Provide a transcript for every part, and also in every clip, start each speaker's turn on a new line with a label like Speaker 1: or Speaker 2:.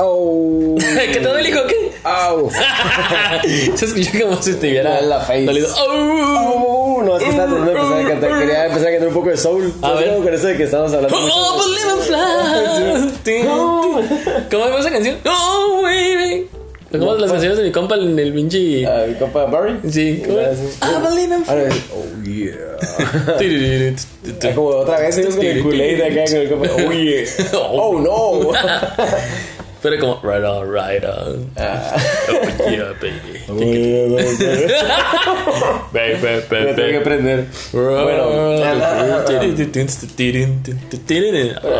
Speaker 1: Oh.
Speaker 2: ¿Qué te duele, hijo? ¿Qué?
Speaker 1: Au.
Speaker 2: Se escuchó como si te hubiera
Speaker 1: En la face.
Speaker 2: dolido. ¡Oh!
Speaker 1: Oh, no, es que estaba tratando de empezar a cantar. Quería empezar a cantar un poco de soul.
Speaker 2: A
Speaker 1: No
Speaker 2: ver.
Speaker 1: sé, Con eso de que estamos hablando.
Speaker 2: ¡Oh, believe in fly! ¿Cómo es esa canción? ¡Oh, baby! ¿Cómo las canciones de mi compa en el pinche?
Speaker 1: Ah, mi compa Barry.
Speaker 2: Sí, ¿cómo
Speaker 1: Ahora
Speaker 2: es?
Speaker 1: sí.
Speaker 2: I believe in
Speaker 1: Ahora sí. Oh, yeah.
Speaker 2: fly.
Speaker 1: Es como otra vez ellos con el Kool-Aid acá con el compa. Oh, yeah. Oh, no.
Speaker 2: Pero como, right on, right on.
Speaker 1: Ah.
Speaker 2: Oh, yeah, baby.
Speaker 1: Lo
Speaker 2: Baby, baby,
Speaker 1: tengo que
Speaker 2: baby.
Speaker 1: aprender.
Speaker 2: Bueno,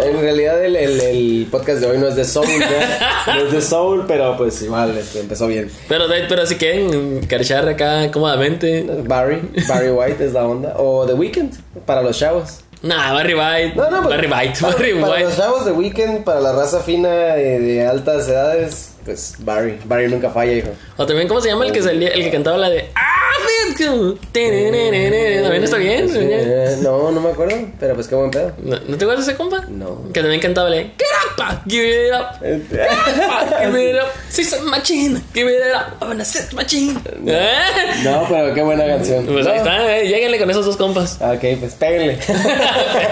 Speaker 1: En realidad el, el- el podcast de hoy no es de soul, ¿no? No es de soul, pero pues igual este, empezó bien.
Speaker 2: pero, pero si quieren carchar acá cómodamente.
Speaker 1: Barry, Barry White es la onda. O The Weeknd, para los chavos.
Speaker 2: Nah, Barry White.
Speaker 1: No, no, pues,
Speaker 2: Barry White.
Speaker 1: para,
Speaker 2: Barry
Speaker 1: para
Speaker 2: White.
Speaker 1: los chavos de Weekend, para la raza fina de, de altas edades, pues Barry. Barry nunca falla, hijo.
Speaker 2: O también, ¿cómo se llama el que salía, el que cantaba la de Ah, Bitcoin? También está bien.
Speaker 1: Eh, no, no me acuerdo, pero pues qué buen pedo.
Speaker 2: ¿No, ¿no te acuerdas de ese compa?
Speaker 1: No.
Speaker 2: Que también cantaba la de Get up, pa, give it up. Pa, Give it up. She's a machine. Give it up. I'm a sex machine. ¿Eh?
Speaker 1: No, pero qué buena canción.
Speaker 2: Pues
Speaker 1: No.
Speaker 2: ahí está, eh. lléguenle con esos dos compas.
Speaker 1: Ah, Ok, pues péguenle.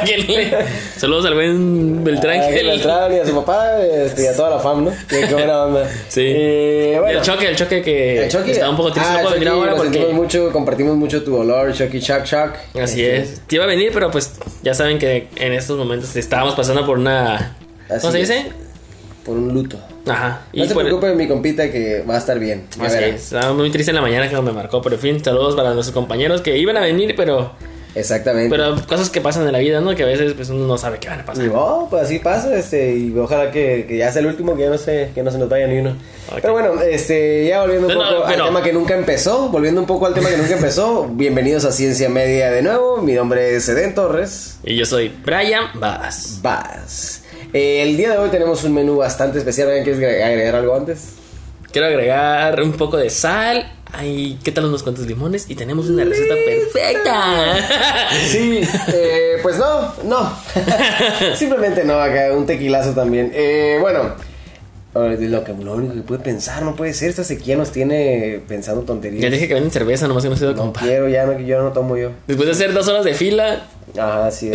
Speaker 2: Lléguenle. Saludos al buen Beltrán.
Speaker 1: A
Speaker 2: el,
Speaker 1: Beltrán y a su papá este, y a toda la fam, ¿no? Qué, qué buena onda.
Speaker 2: Sí.
Speaker 1: Eh, bueno.
Speaker 2: el choque, el choque que
Speaker 1: El Chucky.
Speaker 2: está un poco triste.
Speaker 1: Ah,
Speaker 2: no puede venir
Speaker 1: Chucky,
Speaker 2: ahora
Speaker 1: lo sentimos
Speaker 2: porque.
Speaker 1: mucho, compartimos mucho tu dolor, Chucky, Chuck, Chuck. Este,
Speaker 2: Así es. Te iba a venir, pero pues ya saben que en estos momentos estábamos pasando por una. ¿Cómo
Speaker 1: Así
Speaker 2: se
Speaker 1: es.
Speaker 2: dice?
Speaker 1: Por un luto.
Speaker 2: Ajá.
Speaker 1: No se
Speaker 2: por-
Speaker 1: preocupe, mi compita, que va a estar bien. Ya
Speaker 2: Así
Speaker 1: verá.
Speaker 2: es. Estaba muy triste en la mañana que me marcó, pero en fin, saludos para nuestros compañeros que iban a venir, pero,
Speaker 1: Exactamente.
Speaker 2: pero cosas que pasan en la vida, ¿no? Que a veces pues uno no sabe qué van a
Speaker 1: Y
Speaker 2: pasar.
Speaker 1: no, pues así pasa, este, y ojalá que, que ya sea el último, que ya no se, que no se nos vaya ni uno.
Speaker 2: Ok.
Speaker 1: Pero bueno, este, ya volviendo un
Speaker 2: No,
Speaker 1: poco
Speaker 2: no, pero-
Speaker 1: al tema que nunca empezó, volviendo un poco al tema que nunca empezó, bienvenidos a Ciencia Media de nuevo, mi nombre es Eden Torres
Speaker 2: Y yo soy Brian Bass.
Speaker 1: Vaz. Eh, el día de hoy tenemos un menú bastante especial, ¿alguien quieres agre- agregar algo antes?
Speaker 2: Quiero agregar un poco de sal. Ay, ¿qué tal unos cuantos limones? Y tenemos una receta perfecta.
Speaker 1: Sí, eh, pues no, no. Simplemente no, acá un tequilazo también. Eh, bueno, ahora, lo, que, lo único que puede pensar, no puede ser, esta sequía nos tiene pensando tonterías.
Speaker 2: Ya dije que venden cerveza, nomás que no se ido
Speaker 1: No
Speaker 2: comprar.
Speaker 1: quiero, ya no, yo no tomo yo.
Speaker 2: Después de hacer dos horas de fila,
Speaker 1: Ajá, sí.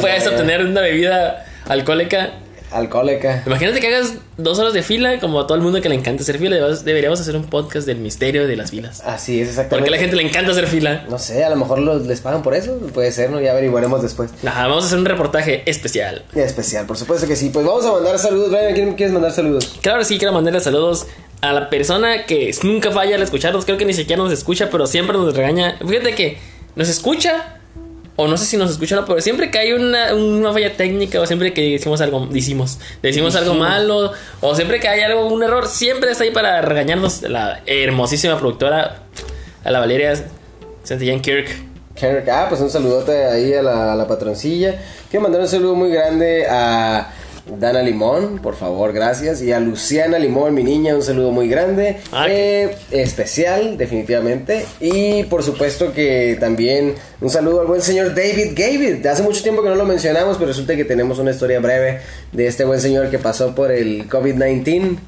Speaker 2: puedes obtener una bebida alcohólica.
Speaker 1: Alcohólica.
Speaker 2: Imagínate que hagas dos horas de fila, como a todo el mundo que le encanta hacer fila. debas- Deberíamos hacer un podcast del misterio de las filas.
Speaker 1: Así es,
Speaker 2: Porque a
Speaker 1: exactamente.
Speaker 2: la gente le encanta hacer fila.
Speaker 1: No sé, a lo mejor los- les pagan por eso. Puede ser, ¿no? Ya averiguaremos después.
Speaker 2: Ajá, vamos a hacer un reportaje especial.
Speaker 1: Y especial, por supuesto que sí. Pues vamos a mandar saludos. Brian, ¿a quién quieres mandar saludos?
Speaker 2: Claro, sí, quiero mandarle saludos a la persona que nunca falla al escucharnos. Creo que ni siquiera nos escucha, pero siempre nos regaña. Fíjate que nos escucha, o no sé si nos escucha o no, pero siempre que hay una, una falla técnica, o siempre que decimos algo, decimos, decimos algo malo, o siempre que hay algo, un error, siempre está ahí para regañarnos la hermosísima productora, a la Valeria Santillán Kirk.
Speaker 1: Henrik, ah, pues un saludote ahí a la, a la patroncilla. Quiero mandar un saludo muy grande a Dana Limón, por favor, gracias. Y a Luciana Limón, mi niña, un saludo muy grande.
Speaker 2: Ah,
Speaker 1: Eh, especial, definitivamente. Y por supuesto que también un saludo al buen señor David David. Hace mucho tiempo que no lo mencionamos, pero resulta que tenemos una historia breve de este buen señor que pasó por el COVID-19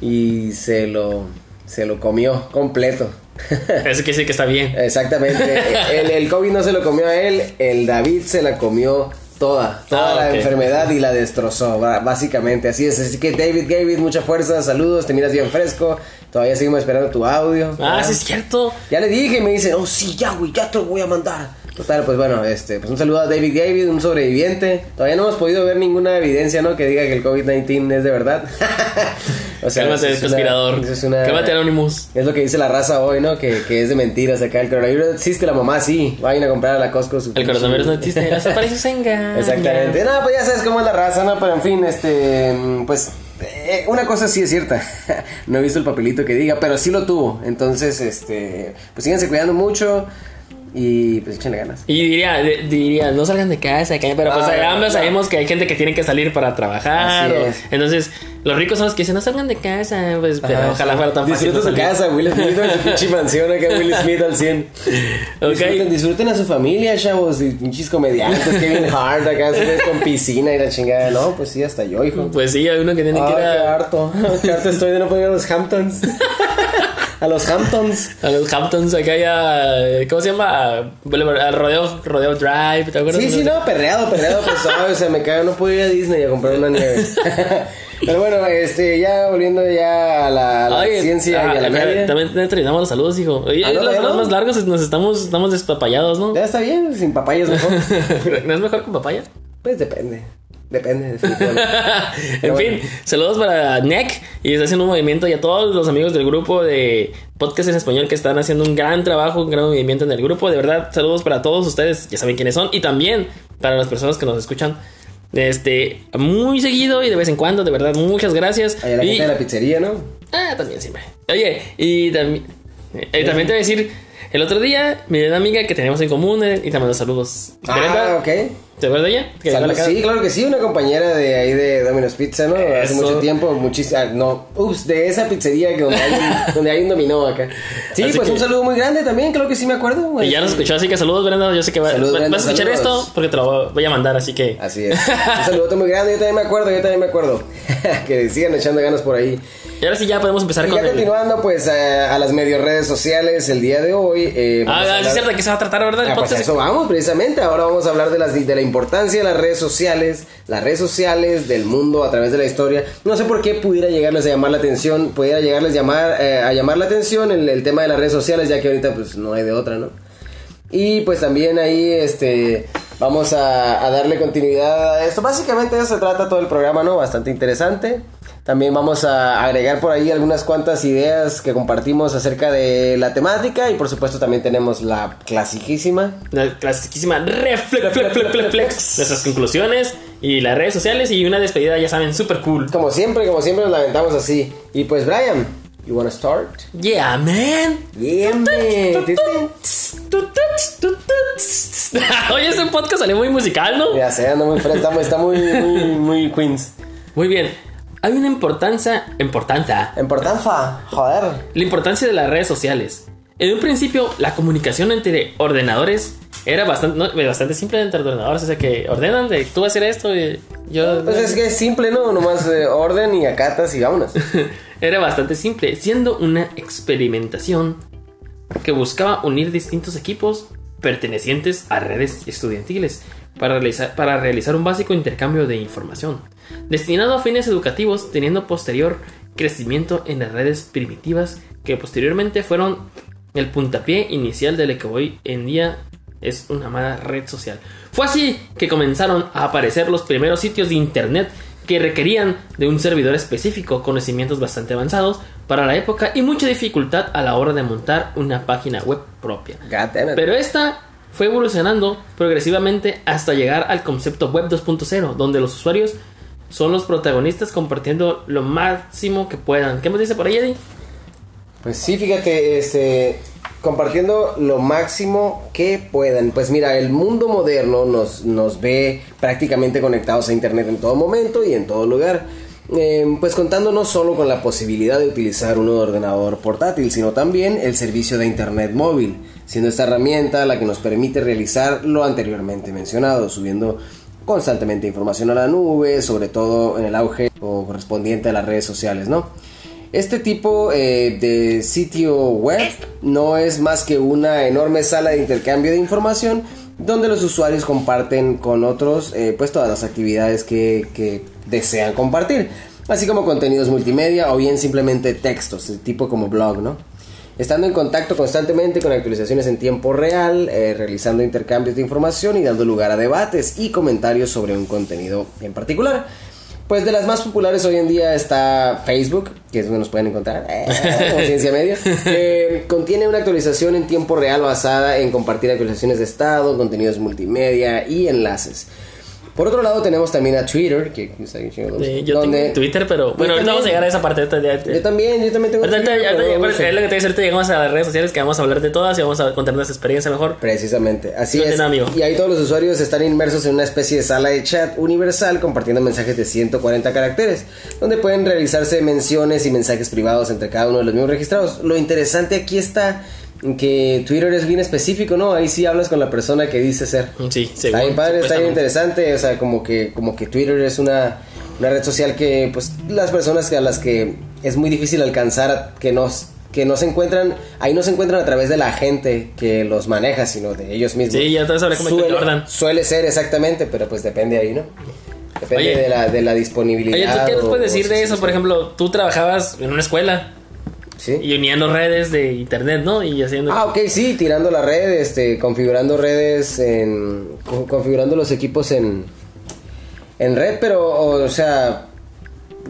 Speaker 1: y se lo, se lo comió completo.
Speaker 2: Eso quiere decir que está bien.
Speaker 1: Eh, Exactamente. el, el COVID no se lo comió a él, el David se la comió toda. Toda
Speaker 2: Ah,
Speaker 1: la
Speaker 2: ok.
Speaker 1: enfermedad y la destrozó, ba- básicamente. Así es. Así que David David, mucha fuerza, saludos, te miras bien fresco. Todavía seguimos esperando tu audio.
Speaker 2: Ah,
Speaker 1: ¿verdad?
Speaker 2: sí es cierto.
Speaker 1: Ya le dije y me dice, oh sí, ya güey, ya te lo voy a mandar. Total, pues bueno, este, pues un saludo a David David, un sobreviviente. Todavía no hemos podido ver ninguna evidencia, ¿no? Que diga que el COVID-19 es de verdad. o
Speaker 2: Cálmate,
Speaker 1: eso es una-
Speaker 2: conspirador.
Speaker 1: eso es una-
Speaker 2: Cálmate, Anonymous.
Speaker 1: es lo que dice la raza hoy, ¿no? Que, que es de mentiras acá. El coronavirus existe, la mamá sí. Vayan a comprar a la Costco su...
Speaker 2: El coronavirus no existe. Las apariencias engañan.
Speaker 1: Exactamente. No, pues ya sabes cómo es la raza, ¿no? Pero en fin, este... mm, Pues... eh, una cosa sí es cierta. no he visto el papelito que diga, pero sí lo tuvo. Entonces, este... Pues síganse cuidando mucho. Y pues échenle ganas.
Speaker 2: Y diría, de- diría, no salgan de casa, que- pero pues
Speaker 1: Ah,
Speaker 2: ambas
Speaker 1: no.
Speaker 2: sabemos que hay gente que tiene que salir para trabajar.
Speaker 1: Así
Speaker 2: o-
Speaker 1: es.
Speaker 2: entonces, los ricos son los que dicen, no salgan de casa, pues pero
Speaker 1: Ajá.
Speaker 2: ojalá fuera tan fácil.
Speaker 1: Disfruta
Speaker 2: no
Speaker 1: su
Speaker 2: salir.
Speaker 1: casa, Will Smith, en su pinche mansión acá, Will Smith al 100.
Speaker 2: Ok.
Speaker 1: Disfruten, disfruten a su familia, chavos, y pinches comediantes, Kevin Hart acá, ustedes con piscina y la chingada. No, pues sí, hasta yo, hijo.
Speaker 2: Pues sí, hay uno que tiene
Speaker 1: Ay,
Speaker 2: que ir
Speaker 1: qué
Speaker 2: a,
Speaker 1: harto. Qué harto estoy de no poder ir a los Hamptons. A los Hamptons.
Speaker 2: a los Hamptons, acá ya, ¿cómo se llama? A Boulevard- Al rodeo, rodeo Drive, ¿te acuerdas?
Speaker 1: Sí, sí, no, perreado, perreado, pues suave, o sea, me cago, no pude ir a Disney a comprar una nieve. Pero bueno, este, ya volviendo ya a la, a la
Speaker 2: Ay,
Speaker 1: ciencia
Speaker 2: ah,
Speaker 1: y a la
Speaker 2: espera,
Speaker 1: media.
Speaker 2: También te- terminamos los saludos, hijo. Oye,
Speaker 1: Ah, ¿no,
Speaker 2: los
Speaker 1: todavía
Speaker 2: saludos
Speaker 1: no?
Speaker 2: más largos nos estamos, estamos despapallados, ¿no?
Speaker 1: Ya está bien, sin papayas mejor.
Speaker 2: ¿No es mejor con papaya?
Speaker 1: Pues depende. Depende, definitivamente.
Speaker 2: en
Speaker 1: Pero
Speaker 2: fin, saludos para Nick y está haciendo un movimiento y a todos los amigos del grupo de podcast en español que están haciendo un gran trabajo, un gran movimiento en el grupo. De verdad, saludos para todos ustedes, ya saben quiénes son y también para las personas que nos escuchan. Este, muy seguido y de vez en cuando, de verdad, muchas gracias.
Speaker 1: Ahí a la
Speaker 2: Y-
Speaker 1: gente de la pizzería, ¿no?
Speaker 2: Ah, también siempre. Oye, y también, eh, eh, también te voy a decir, el otro día miré a una amiga que tenemos en común eh, y te mando saludos.
Speaker 1: Ah,
Speaker 2: Brenda,
Speaker 1: ok.
Speaker 2: ¿Te acuerdas de ella? Que llegó a la
Speaker 1: Salud,
Speaker 2: casa.
Speaker 1: sí, claro que sí, una compañera de ahí de Domino's Pizza, ¿no? Hace
Speaker 2: Eso.
Speaker 1: mucho tiempo, muchísimo, no, ups, de esa pizzería que donde hay un, donde hay un dominó acá. Sí,
Speaker 2: Así
Speaker 1: pues
Speaker 2: que-
Speaker 1: un saludo muy grande también, creo que Pues sí me acuerdo. Este,
Speaker 2: Y ya nos escuchó, así que saludos, Brenda. Yo sé que va-
Speaker 1: Saludos,
Speaker 2: va-
Speaker 1: Brenda,
Speaker 2: vas a escuchar
Speaker 1: saludos.
Speaker 2: esto porque te lo voy a mandar, así que.
Speaker 1: Así es. Un saludote muy grande, yo también me acuerdo, yo también me acuerdo. que sigan echando ganas por ahí.
Speaker 2: Y ahora sí, ya podemos empezar
Speaker 1: Y
Speaker 2: con
Speaker 1: ya
Speaker 2: el.
Speaker 1: continuando, pues, a, a las medio redes sociales el día de hoy. eh,
Speaker 2: Ah,
Speaker 1: vamos a
Speaker 2: sí, es
Speaker 1: hablar-
Speaker 2: cierto que se va a tratar, ¿verdad? El
Speaker 1: Ah, pues a
Speaker 2: podcast.
Speaker 1: eso vamos, precisamente. Ahora vamos a hablar de, las, de la importancia de las redes sociales, las redes sociales del mundo a través de la historia. No sé por qué pudiera llegarles a llamar la atención, pudiera llegarles llamar, eh, a llamar la atención el, el tema de las redes sociales, ya que ahorita pues no hay de otra, ¿no? Y pues también ahí este vamos a, a darle continuidad a esto. Básicamente de eso se trata todo el programa, ¿no? Bastante interesante. También vamos a agregar por ahí algunas cuantas ideas que compartimos acerca de la temática y por supuesto también tenemos la clasiquísima.
Speaker 2: La clasiquísima reflex, flex, flex, flex, flex. Nuestras conclusiones y las redes sociales y una despedida, ya saben, super cool.
Speaker 1: Como siempre, como siempre nos lamentamos así. Y pues Brian, you wanna start?
Speaker 2: Yeah, man.
Speaker 1: Bien, bien.
Speaker 2: Oye, este podcast salió muy musical, ¿no?
Speaker 1: Ya sé, ando muy fresco, está muy- está muy, muy, muy Queens.
Speaker 2: Muy bien. Hay una importancia. Importancia.
Speaker 1: Importancia, joder.
Speaker 2: La importancia de las redes sociales. En un principio, la comunicación entre ordenadores era bastante, no, bastante simple entre ordenadores. O sea, que ordenan de tú vas a hacer esto y yo.
Speaker 1: Pues es que es simple, ¿no? Nomás eh, orden y acatas y vámonos.
Speaker 2: Era bastante simple, siendo una experimentación que buscaba unir distintos equipos pertenecientes a redes estudiantiles para realizar, para realizar un básico intercambio de información, destinado a fines educativos, teniendo posterior crecimiento en las redes primitivas que posteriormente fueron el puntapié inicial de lo que hoy en día es una amada red social. Fue así que comenzaron a aparecer los primeros sitios de internet que requerían de un servidor específico, conocimientos bastante avanzados para la época y mucha dificultad a la hora de montar una página web propia.
Speaker 1: God damn it.
Speaker 2: Pero esta fue evolucionando progresivamente hasta llegar al concepto web 2.0, donde los usuarios son los protagonistas compartiendo lo máximo que puedan. ¿Qué nos dice por ahí, Eddie?
Speaker 1: Pues sí, fíjate, este, compartiendo lo máximo que puedan. Pues mira, el mundo moderno nos, nos ve prácticamente conectados a Internet en todo momento y en todo lugar. Eh, pues contando no solo con la posibilidad de utilizar un ordenador portátil, sino también el servicio de Internet móvil, siendo esta herramienta la que nos permite realizar lo anteriormente mencionado, subiendo constantemente información a la nube, sobre todo en el auge o correspondiente a las redes sociales, ¿no? Este tipo eh, de sitio web no es más que una enorme sala de intercambio de información donde los usuarios comparten con otros eh, pues todas las actividades que, que desean compartir, así como contenidos multimedia o bien simplemente textos, de tipo como blog, ¿no? Estando en contacto constantemente con actualizaciones en tiempo real, eh, realizando intercambios de información y dando lugar a debates y comentarios sobre un contenido en particular. Pues de las más populares hoy en día está Facebook, que es donde nos pueden encontrar, eh, como Ciencia Media. Eh, contiene una actualización en tiempo real basada en compartir actualizaciones de estado, contenidos multimedia y enlaces. Por otro lado tenemos también a Twitter, que pues, que está bien chingón,
Speaker 2: Sí, Eh, yo
Speaker 1: donde-
Speaker 2: tengo Twitter, pero
Speaker 1: Yo
Speaker 2: bueno, ahorita
Speaker 1: también.
Speaker 2: vamos a llegar a esa parte. ahorita ya- eh.
Speaker 1: Yo también, yo también tengo
Speaker 2: Ahorita, ahorita- ahorita-
Speaker 1: Twitter, pero no
Speaker 2: ahorita-
Speaker 1: lo uso.
Speaker 2: es lo que te dice, ahorita llegamos a las redes sociales que vamos a hablar de todas y vamos a contar nuestra experiencia mejor.
Speaker 1: Precisamente, así
Speaker 2: No
Speaker 1: es.
Speaker 2: tiene amigo.
Speaker 1: Y ahí todos los usuarios están inmersos en una especie de sala de chat universal compartiendo mensajes de 140 caracteres, donde pueden realizarse menciones y mensajes privados entre cada uno de los mismos registrados. Lo interesante aquí está que Twitter es bien específico, ¿no? Ahí sí hablas con la persona que dice ser.
Speaker 2: Mm, Sí,
Speaker 1: Está
Speaker 2: seguro.
Speaker 1: bien padre, está bien interesante, o sea, como que, como que Twitter es una, una red social que, pues, las personas que- a las que es muy difícil alcanzar, a- que nos que no se encuentran, ahí no se encuentran a través de la gente que los maneja, sino de ellos mismos.
Speaker 2: Sí, ya te hablé con Michael
Speaker 1: suele,
Speaker 2: Jordan.
Speaker 1: suele ser exactamente, pero pues depende ahí, ¿no? Depende
Speaker 2: Oye.
Speaker 1: de, la, de la
Speaker 2: Oye,
Speaker 1: disponibilidad.
Speaker 2: ¿tú qué nos
Speaker 1: o-
Speaker 2: puedes decir
Speaker 1: o-
Speaker 2: de eso? Por ejemplo, tú trabajabas en una escuela
Speaker 1: Sí.
Speaker 2: y uniendo redes de internet, ¿no? Y haciendo.
Speaker 1: Ah, ok, sí, tirando la red, este, configurando redes, en, co- configurando los equipos en, en red, pero, o, sea,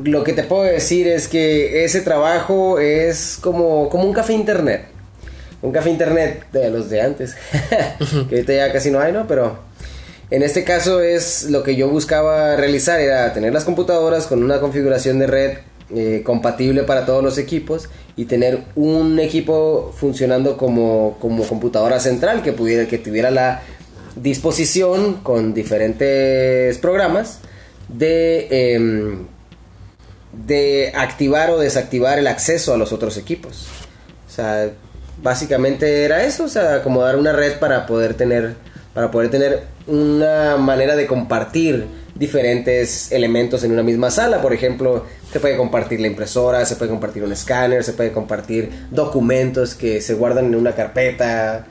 Speaker 1: lo que te puedo decir es que ese trabajo es como, como un café internet. Un café internet de los de antes, que ahorita ya casi no hay, ¿no? Pero en este caso es lo que yo buscaba realizar, era tener las computadoras con una configuración de red eh, compatible para todos los equipos y tener un equipo funcionando como, como computadora central que, pudiera, que tuviera la disposición con diferentes programas de, em, de activar o desactivar el acceso a los otros equipos. O sea, básicamente era eso, o sea, acomodar una red para poder tener para poder tener una manera de compartir diferentes elementos en una misma sala, por ejemplo, se puede compartir la impresora, se puede compartir un escáner, se puede compartir documentos que se guardan en una carpeta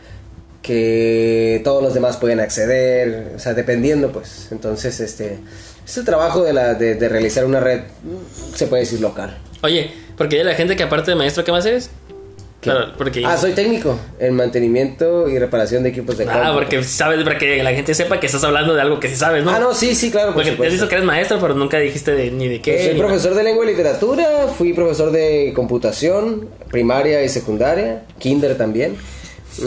Speaker 1: que todos los demás pueden acceder, o sea, dependiendo pues. Entonces, este es el trabajo de la de, de realizar una red mm, se puede decir local.
Speaker 2: Oye, porque ya la gente que aparte de maestro, ¿qué más eres?
Speaker 1: ¿Qué?
Speaker 2: Claro, porque.
Speaker 1: Ah, soy técnico en mantenimiento y reparación de equipos de
Speaker 2: Ah,
Speaker 1: cómputo.
Speaker 2: porque sabes, para que la gente sepa que estás hablando de algo que sí sabes, ¿no?
Speaker 1: Ah, no, sí, sí, claro, por
Speaker 2: Porque te has
Speaker 1: supuesto.
Speaker 2: dicho que eres maestro, pero nunca dijiste de- ni de qué.
Speaker 1: Soy
Speaker 2: ni-
Speaker 1: profesor de lengua y literatura, fui profesor de computación, primaria y secundaria, kinder también.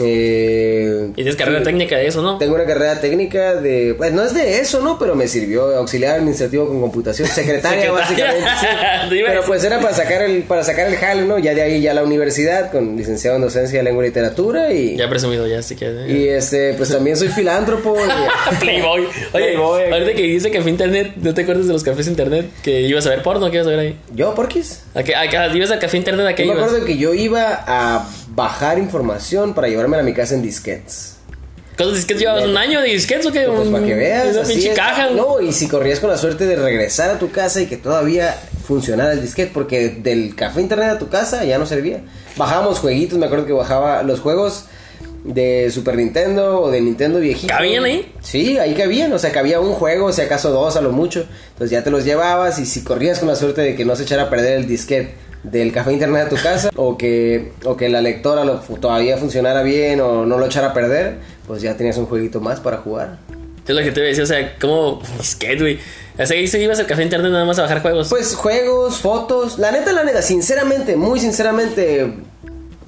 Speaker 1: Eh,
Speaker 2: Y tienes carrera técnica de eso, ¿no?
Speaker 1: Tengo una carrera técnica de. Pues no es de eso, ¿no? Pero me sirvió auxiliar administrativo con computación, secretaria,
Speaker 2: Secretaria.
Speaker 1: básicamente. sí.
Speaker 2: Te iba a
Speaker 1: Pero
Speaker 2: decir.
Speaker 1: pues era para sacar el para sacar el jale, ¿no? Ya de ahí ya la universidad con licenciado en docencia de lengua y literatura y.
Speaker 2: Ya presumido, ya, así que. eh.
Speaker 1: Y este, pues también soy filántropo. y-
Speaker 2: Playboy. Oye,
Speaker 1: Playboy, aquí.
Speaker 2: ahorita que dice que fue internet, ¿no te acuerdas de los cafés internet? Que ibas a ver porno, ¿qué ibas a ver ahí?
Speaker 1: ¿Yo, Porquis?
Speaker 2: ¿A qué, a qué- ibas al café internet, ¿a qué
Speaker 1: Yo me
Speaker 2: ibas?
Speaker 1: acuerdo que yo iba a bajar información para llevármela a mi casa en disquetes.
Speaker 2: ¿Cuántos disquetes llevabas? ¿Un año de disquetes o qué?
Speaker 1: Pues
Speaker 2: Un-
Speaker 1: para que veas.
Speaker 2: Una
Speaker 1: así
Speaker 2: pinche
Speaker 1: es.
Speaker 2: caja.
Speaker 1: No, y si corrías con la suerte de regresar a tu casa y que todavía funcionara el disquete, porque del café internet a tu casa ya no servía. Bajábamos jueguitos, me acuerdo que bajaba los juegos de Super Nintendo o de Nintendo viejito.
Speaker 2: ¿Cabían ahí?
Speaker 1: Sí, ahí cabían, o sea, cabía un juego, si acaso dos a lo mucho. Entonces ya te los llevabas y si corrías con la suerte de que no se echara a perder el disquete del café internet a tu casa o que o que la lectora lo fu- todavía funcionara bien o no lo echara a perder, pues ya tenías un jueguito más para jugar.
Speaker 2: Es lo que te decía, o sea, como disquete, güey. O sea, ahí sí ibas al café internet nada más a bajar juegos.
Speaker 1: Pues juegos, fotos. La neta, la neta, sinceramente, muy sinceramente,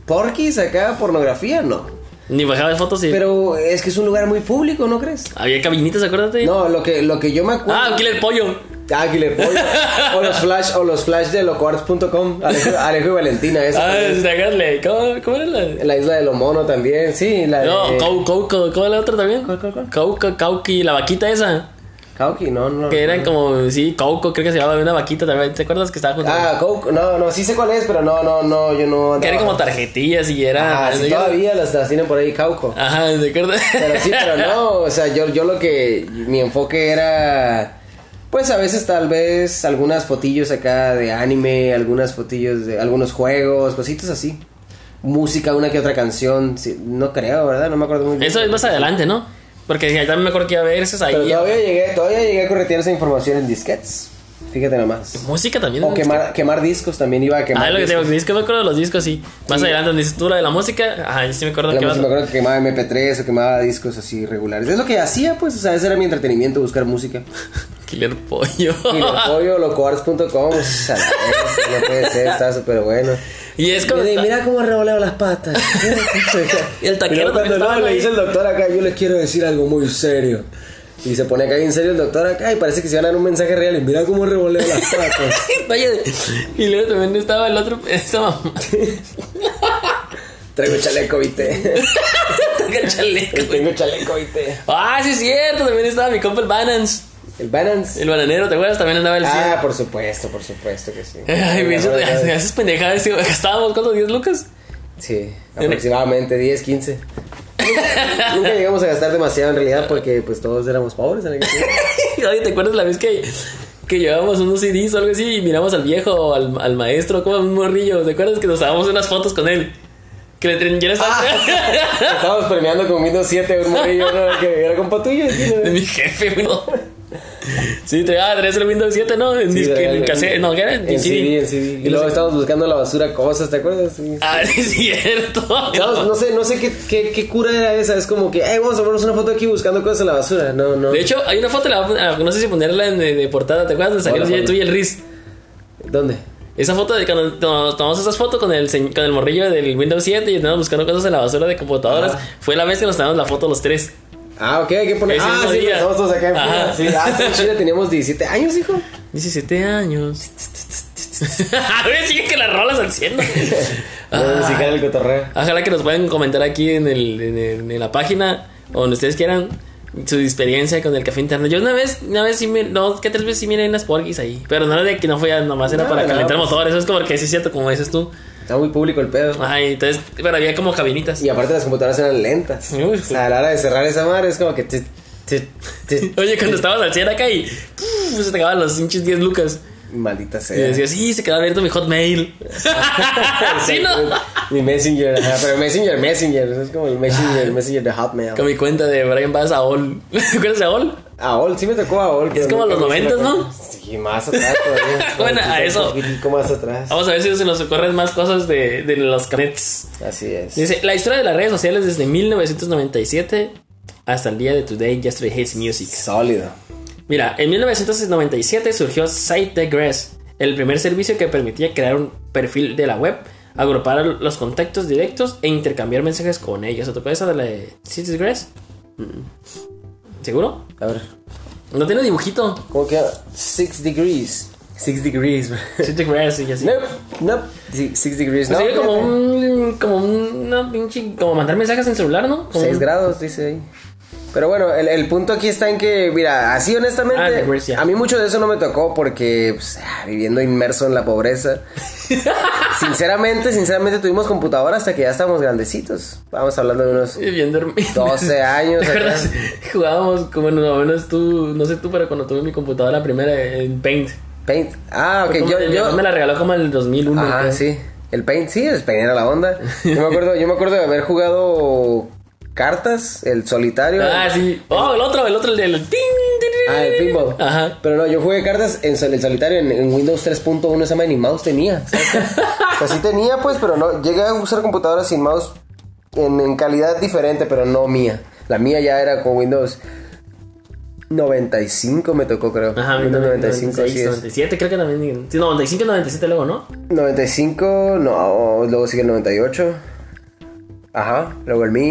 Speaker 1: porquis acá, pornografía, no.
Speaker 2: Ni bajabas fotos y.
Speaker 1: Pero es que es un lugar muy público, ¿no crees?
Speaker 2: Había cabinitas, acuérdate.
Speaker 1: No, lo que, lo que yo me acuerdo.
Speaker 2: Ah, Killer Pollo.
Speaker 1: Ah, Killer Pollo. o los flash, o los flash de locoarts.com. Alejo, Alejo y Valentina, eso.
Speaker 2: Ah,
Speaker 1: también.
Speaker 2: es de agarle. ¿Cómo, ¿Cómo era la.?
Speaker 1: La isla de los monos también, sí. La
Speaker 2: No,
Speaker 1: de...
Speaker 2: Cau, Cau, Cau- ¿cómo era la otra también?
Speaker 1: ¿Cuál, cuál, cuál?
Speaker 2: Cauca, Cauqui, la vaquita esa.
Speaker 1: Cauqui, no, no.
Speaker 2: Que eran como, sí, Cauco, creo que se llamaba una vaquita también. ¿Te acuerdas que estaba junto?
Speaker 1: Ah, Coke, no, no, sí sé cuál es, pero no, no, no, yo no.
Speaker 2: que eran como
Speaker 1: tal.
Speaker 2: tarjetillas y era.
Speaker 1: Ah, sí, todavía las, las tienen por ahí, Cauco.
Speaker 2: Ajá, ¿te acuerdas?
Speaker 1: Pero sí, pero no, o sea, yo, yo lo que mi enfoque era Pues a veces tal vez algunas fotillos acá de anime, algunas fotillos de algunos juegos, cositas así. Música, una que otra canción, sí, no creo, ¿verdad? No me acuerdo muy bien.
Speaker 2: Eso es más adelante, ¿no? Porque ya también me acuerdo que iba a ver eso es ahí.
Speaker 1: Pero todavía llegué, todavía llegué a corretear esa información en disquets. Fíjate nomás.
Speaker 2: Música también.
Speaker 1: O quemar, quemar discos también iba a quemar.
Speaker 2: Ah, lo que te digo,
Speaker 1: discos.
Speaker 2: discos, me acuerdo de los discos, sí. Más
Speaker 1: Sí.
Speaker 2: adelante, donde dices tú la de la música, ajá, yo sí me acuerdo
Speaker 1: Pero
Speaker 2: que
Speaker 1: pues,
Speaker 2: vas.
Speaker 1: me acuerdo que quemaba MP3 o quemaba discos así regulares. Es lo que hacía, pues, o sea, ese era mi entretenimiento, buscar música.
Speaker 2: Killer Pollo.
Speaker 1: Y lo pollo, locoarts.com, o sea, no puede ser, estaba súper bueno.
Speaker 2: y es como.
Speaker 1: Mira, mira cómo revoleo las patas.
Speaker 2: Y el taquero también
Speaker 1: luego cuando
Speaker 2: estaba
Speaker 1: luego le
Speaker 2: ahí.
Speaker 1: dice el doctor acá, yo les quiero decir algo muy serio. Y se pone acá bien serio el doctor acá y parece que se van a dar un mensaje real y mira cómo revoleo las patas.
Speaker 2: Vaya, y luego también estaba el otro. Esa mamá.
Speaker 1: Traigo chaleco, viste.
Speaker 2: Taca el chaleco.
Speaker 1: Tengo chaleco, viste.
Speaker 2: Ah, sí, es cierto. También estaba mi compa el Banans.
Speaker 1: El balance.
Speaker 2: El bananero, ¿te acuerdas? También andaba el
Speaker 1: Ah, por supuesto, por supuesto que sí.
Speaker 2: Cien. Eh, Ay, me hizo.
Speaker 1: Me acuerdo de-
Speaker 2: Esas pendejadas. sí, Gastábamos, ¿cuántos? ¿10 lucas?
Speaker 1: Sí, aproximadamente 10, 15. Nunca- Nunca llegamos a gastar demasiado en realidad porque pues todos éramos pobres en aquel tiempo.
Speaker 2: Oye, ¿te acuerdas la vez que, que llevábamos unos CDs o algo así y miramos al viejo o al, al maestro como un morrillo? ¿Te acuerdas que nos dábamos unas fotos con él? Que le tren- yo le estaba-
Speaker 1: Ah. Estábamos premiando con Windows 7 un morrillo ¿no? que era compa tuyo. ¿sí?
Speaker 2: de mi jefe, güey. Sí, te ah, traes el Windows 7, ¿no? En
Speaker 1: Sí,
Speaker 2: disque-
Speaker 1: era
Speaker 2: en
Speaker 1: el-
Speaker 2: cassette, no, ¿qué era?
Speaker 1: En CD, en CD. Y luego estábamos buscando en la basura cosas, ¿te acuerdas? Sí.
Speaker 2: Ah, sí, es cierto.
Speaker 1: Estábamos- no sé, no sé qué, qué, qué cura era esa. Es como que, hey, vamos a ponernos una foto aquí buscando cosas en la basura. No, no.
Speaker 2: De hecho, hay una foto, la voy a- ah, no sé si ponerla en, de, de portada, ¿te acuerdas? Donde
Speaker 1: Hola,
Speaker 2: salíamos
Speaker 1: hola.
Speaker 2: tú y el Riz.
Speaker 1: ¿Dónde?
Speaker 2: Esa foto de cuando to- tomamos esas fotos con el, señ- con el morrillo del Windows 7 y estábamos buscando cosas en la basura de computadoras,
Speaker 1: Ajá.
Speaker 2: fue la vez que nos tomamos la foto los tres.
Speaker 1: Ah, ok, hay que poner.
Speaker 2: Ese
Speaker 1: ah,
Speaker 2: mismo
Speaker 1: sí,
Speaker 2: día.
Speaker 1: pero estamos todos acá en
Speaker 2: Ajá.
Speaker 1: fila. Sí, ah, sí, en Chile teníamos 17 años, hijo.
Speaker 2: 17 años. A ver, sigue que las rolas haciendo.
Speaker 1: Ah. Vamos a musicar el cotorreo.
Speaker 2: Ojalá que nos puedan comentar aquí en, el, en, el- en la página o donde ustedes quieran su experiencia con el café interno. Yo una vez, una vez sí, me, no, que tres veces sí miré unas porquis ahí, pero no era de que no fue nomás, era
Speaker 1: No,
Speaker 2: para
Speaker 1: no,
Speaker 2: calentar
Speaker 1: pues.
Speaker 2: motores. Eso es como que sí es cierto, como dices tú.
Speaker 1: Está muy público el pedo.
Speaker 2: Ay, entonces, pero había como cabinitas.
Speaker 1: Y aparte las computadoras eran lentas.
Speaker 2: Uy,
Speaker 1: o sea, a la hora de cerrar esa madre es como que... tit, tit, tit.
Speaker 2: Oye, cuando estabas al 100 acá y puf, se te acababan los hinches 10 lucas.
Speaker 1: Maldita sea.
Speaker 2: Y decías, sí, se quedó abierto mi hotmail. sí, no.
Speaker 1: Mi Messenger, ajá, pero Messenger, Messenger. Es como el Messenger, el Messenger de Hotmail.
Speaker 2: Con mi cuenta de Brian Bass AOL. ¿Te acuerdas de AOL?
Speaker 1: AOL, sí me tocó AOL. pero
Speaker 2: como
Speaker 1: nunca
Speaker 2: los
Speaker 1: me hice
Speaker 2: 90s,
Speaker 1: la
Speaker 2: ¿no?
Speaker 1: cuenta. Sí, más atrás todavía.
Speaker 2: Bueno, a
Speaker 1: Sí,
Speaker 2: eso.
Speaker 1: un poquitico más atrás.
Speaker 2: Vamos a ver si se nos ocurren más cosas de, de los canets.
Speaker 1: Así es.
Speaker 2: Dice, la historia de las redes sociales desde 1997 hasta el día de Today Yesterday Hates Music.
Speaker 1: Sólido.
Speaker 2: Mira, en 1997 surgió SiteDegress, el primer servicio que permitía crear un perfil de la web, agrupar los contactos directos e intercambiar mensajes con ellos. ¿Te tocó esa de la de SiteDegress? ¿Seguro?
Speaker 1: A ver,
Speaker 2: No tiene dibujito.
Speaker 1: ¿cómo queda? Six degrees. Six degrees.
Speaker 2: SiteDegress y así.
Speaker 1: nope, nope. Sí, Six degrees.
Speaker 2: Se
Speaker 1: No,
Speaker 2: ve como
Speaker 1: fíjate.
Speaker 2: un. como una pinche. como mandar mensajes en celular, ¿no? Como
Speaker 1: 6
Speaker 2: un-
Speaker 1: Pues grados, dice ahí. Pero bueno, el, el punto aquí está en que, mira, así honestamente,
Speaker 2: Ah, de Grecia.
Speaker 1: a mí mucho de eso no me tocó porque pues, ah, viviendo inmerso en la pobreza. sinceramente, sinceramente tuvimos computadora hasta que ya estábamos grandecitos. Vamos hablando de unos
Speaker 2: Y bien dormido.
Speaker 1: 12 años.
Speaker 2: ¿Te
Speaker 1: acá.
Speaker 2: acuerdas? Jugábamos como no menos tú, no sé tú, pero cuando tuve mi computadora primera en Paint.
Speaker 1: Paint. Ah, ok,
Speaker 2: Como
Speaker 1: yo...
Speaker 2: que mi
Speaker 1: yo
Speaker 2: mamá me la regaló como en el 2001.
Speaker 1: Ajá,
Speaker 2: creo.
Speaker 1: sí. El Paint, sí, el Paint era la onda. Yo me acuerdo, yo me acuerdo de haber jugado cartas, el solitario.
Speaker 2: Ah, sí. Oh, el otro, el otro, el del ting, ting, ting,
Speaker 1: Ah, el
Speaker 2: ting.
Speaker 1: pinball.
Speaker 2: Ajá.
Speaker 1: Pero no, yo jugué cartas en sol- en solitario en, en Windows 3.1, esa madre ni mouse tenía. ¿sabes? pues sí tenía, pues, pero no. Llegué a usar computadoras sin mouse en, en calidad diferente, pero no mía. La mía ya era con Windows 95, me tocó, creo.
Speaker 2: Ajá,
Speaker 1: Windows 95,
Speaker 2: 96,
Speaker 1: sí es.
Speaker 2: 97, creo que también. Sí, 95 y 97 luego, ¿no?
Speaker 1: 95, no, luego sigue el 98. Ajá, luego el Mi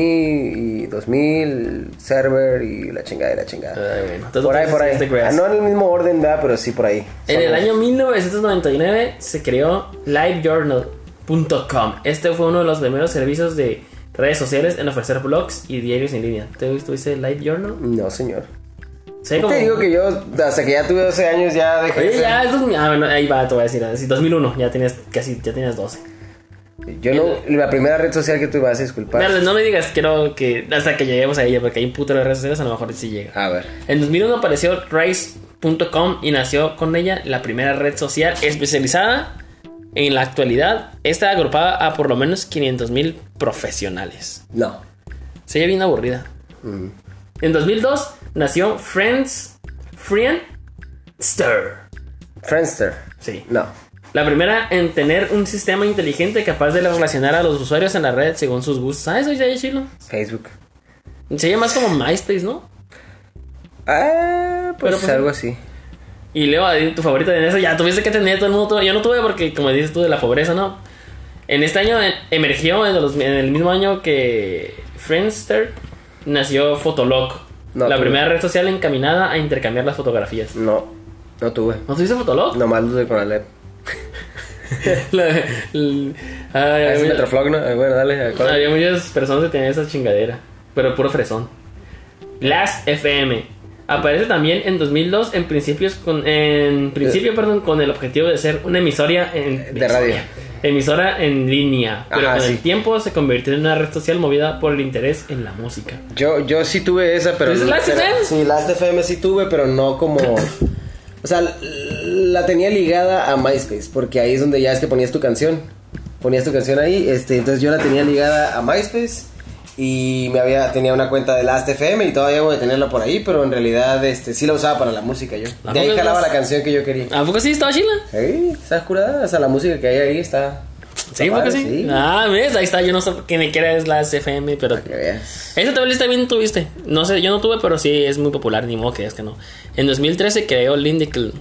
Speaker 1: y 2000, server y la chingada y la chingada.
Speaker 2: Ay, bueno. Entonces,
Speaker 1: por ahí,
Speaker 2: entonces,
Speaker 1: por ahí.
Speaker 2: este grass.
Speaker 1: Ah, no en el mismo orden, ¿verdad? Pero sí por ahí.
Speaker 2: En el año 1999 se creó LiveJournal.com. Este fue uno de los primeros servicios de redes sociales en ofrecer blogs y diarios en línea. ¿Te tuviste LiveJournal?
Speaker 1: No, señor.
Speaker 2: Sí,
Speaker 1: Te digo que yo, hasta que ya tuve 12 años, ya dejé. de
Speaker 2: Oye,
Speaker 1: ser-
Speaker 2: ya es 2000, ah, bueno, ahí va, te voy a decir, así, 2001, ya tenías casi, ya tenías 12.
Speaker 1: Yo no. La primera red social que tuve, vas a disculpar.
Speaker 2: Pero no me digas, quiero que hasta que lleguemos a ella, porque hay un puto de redes sociales, a lo mejor sí llega.
Speaker 1: A ver.
Speaker 2: En 2001 apareció Rise .com y nació con ella la primera red social especializada en la actualidad. Esta agrupaba a por lo menos 500 mil profesionales.
Speaker 1: No.
Speaker 2: Se veía bien aburrida. En 2002 nació Friends Friendster.
Speaker 1: Friendster.
Speaker 2: Sí.
Speaker 1: No.
Speaker 2: La primera en tener un sistema inteligente capaz de relacionar a los usuarios en la red según sus gustos. Ah, eso ya es chilo.
Speaker 1: Facebook.
Speaker 2: Sería más como MySpace, ¿no?
Speaker 1: Ah, pues,
Speaker 2: Pero, pues,
Speaker 1: algo así.
Speaker 2: Y Leo, ahí tu favorita de eso, ya tuviste que tener todo el mundo. tuvo- Yo no tuve porque, como dices tú, de la pobreza, ¿no? En este año eh, emergió, en, los- en el mismo año que Friendster, nació Fotolog.
Speaker 1: No,
Speaker 2: la
Speaker 1: tuve.
Speaker 2: primera red social encaminada a intercambiar las fotografías.
Speaker 1: No. No tuve.
Speaker 2: ¿No tuviste Fotolog?
Speaker 1: Nomás lo tuve con la LED.
Speaker 2: La- la- ay,
Speaker 1: Es
Speaker 2: había-
Speaker 1: Metroflog, ¿no? Ah, Bueno, dale. ¿cuál?
Speaker 2: había muchas personas que tenían esa chingadera, pero puro fresón. Last FM. Aparece también en 2002 en principios con en principio, perdón, con el objetivo de ser una emisoria en,
Speaker 1: Eh. De radio.
Speaker 2: Emisora en línea, pero
Speaker 1: Ajá,
Speaker 2: con el
Speaker 1: sí.
Speaker 2: tiempo se convirtió en una red social movida por el interés en la música.
Speaker 1: Yo, yo sí tuve esa, pero.
Speaker 2: ¿Tuviste Last
Speaker 1: pero-
Speaker 2: FM?
Speaker 1: Sí, Last FM sí tuve, pero no como. O sea, l- la tenía ligada a MySpace, porque ahí es donde ya es que ponías tu canción. Ponías tu canción ahí, este, entonces yo la tenía ligada a MySpace y me había tenía una cuenta de Last FM y todavía voy a tenerla por ahí, pero en realidad este sí la usaba para la música
Speaker 2: ¿A
Speaker 1: yo. De
Speaker 2: poco
Speaker 1: ahí
Speaker 2: es Ah.
Speaker 1: jalaba
Speaker 2: Last?
Speaker 1: la canción que yo quería.
Speaker 2: ¿A poco sí estaba chila?
Speaker 1: Ahí, está curada, o sea, la música que hay ahí está.
Speaker 2: Sí, ¿a poco
Speaker 1: padre,
Speaker 2: sí?
Speaker 1: sí.
Speaker 2: Ah, ves, ahí está, yo no sé quién ni quiera es Last FM, pero
Speaker 1: Que veas.
Speaker 2: Esa tablista también tuviste. No sé, yo no tuve, pero sí es muy popular, ni modo que digas que no. En 2013 creó Lindicle.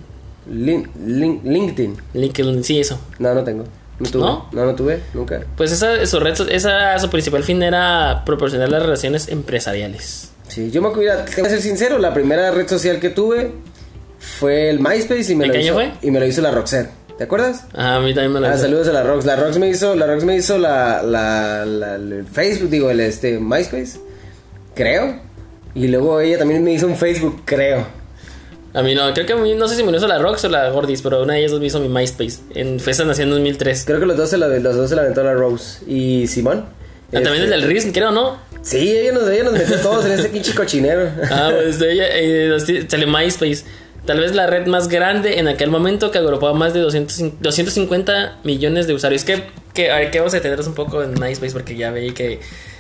Speaker 1: Lin- lin- LinkedIn.
Speaker 2: LinkedIn, sí, eso.
Speaker 1: No, no tengo. No tuve.
Speaker 2: ¿No?
Speaker 1: no, no tuve, nunca.
Speaker 2: Pues esa su red, so- esa su principal fin era proporcionar las relaciones empresariales.
Speaker 1: Sí, yo me acuerdo, mira, te voy a ser sincero, la primera red social que tuve fue el MySpace y me,
Speaker 2: ¿En
Speaker 1: lo,
Speaker 2: qué año
Speaker 1: hizo,
Speaker 2: fue?
Speaker 1: y me lo hizo la Roxette. ¿Te acuerdas?
Speaker 2: Ah, a mí también me lo
Speaker 1: Ah,
Speaker 2: hizo.
Speaker 1: saludos a la Rox. La Rox me hizo, la Rox me hizo la, la, la- el Facebook, digo, el este MySpace, creo. Y luego ella también me hizo un Facebook, creo.
Speaker 2: A mí no, creo que a mí, no sé si me lo hizo la Rox o la Gordis, pero una de ellas dos me hizo mi MySpace. En, fue esa nació en 2003.
Speaker 1: Creo que los dos se la, los dos se la aventó la Rose y Simón.
Speaker 2: Ah, también el
Speaker 1: Este,
Speaker 2: del RISM, creo, ¿no?
Speaker 1: Sí, ella nos, ella nos metió todos en este pinche cochinero.
Speaker 2: Ah, pues de ella eh, los ti- sale MySpace. Tal vez la red más grande en aquel momento que agrupaba más de 200, 250 millones de usuarios. Que, que, a ver, que vamos a detenernos un poco en MySpace porque ya veí que.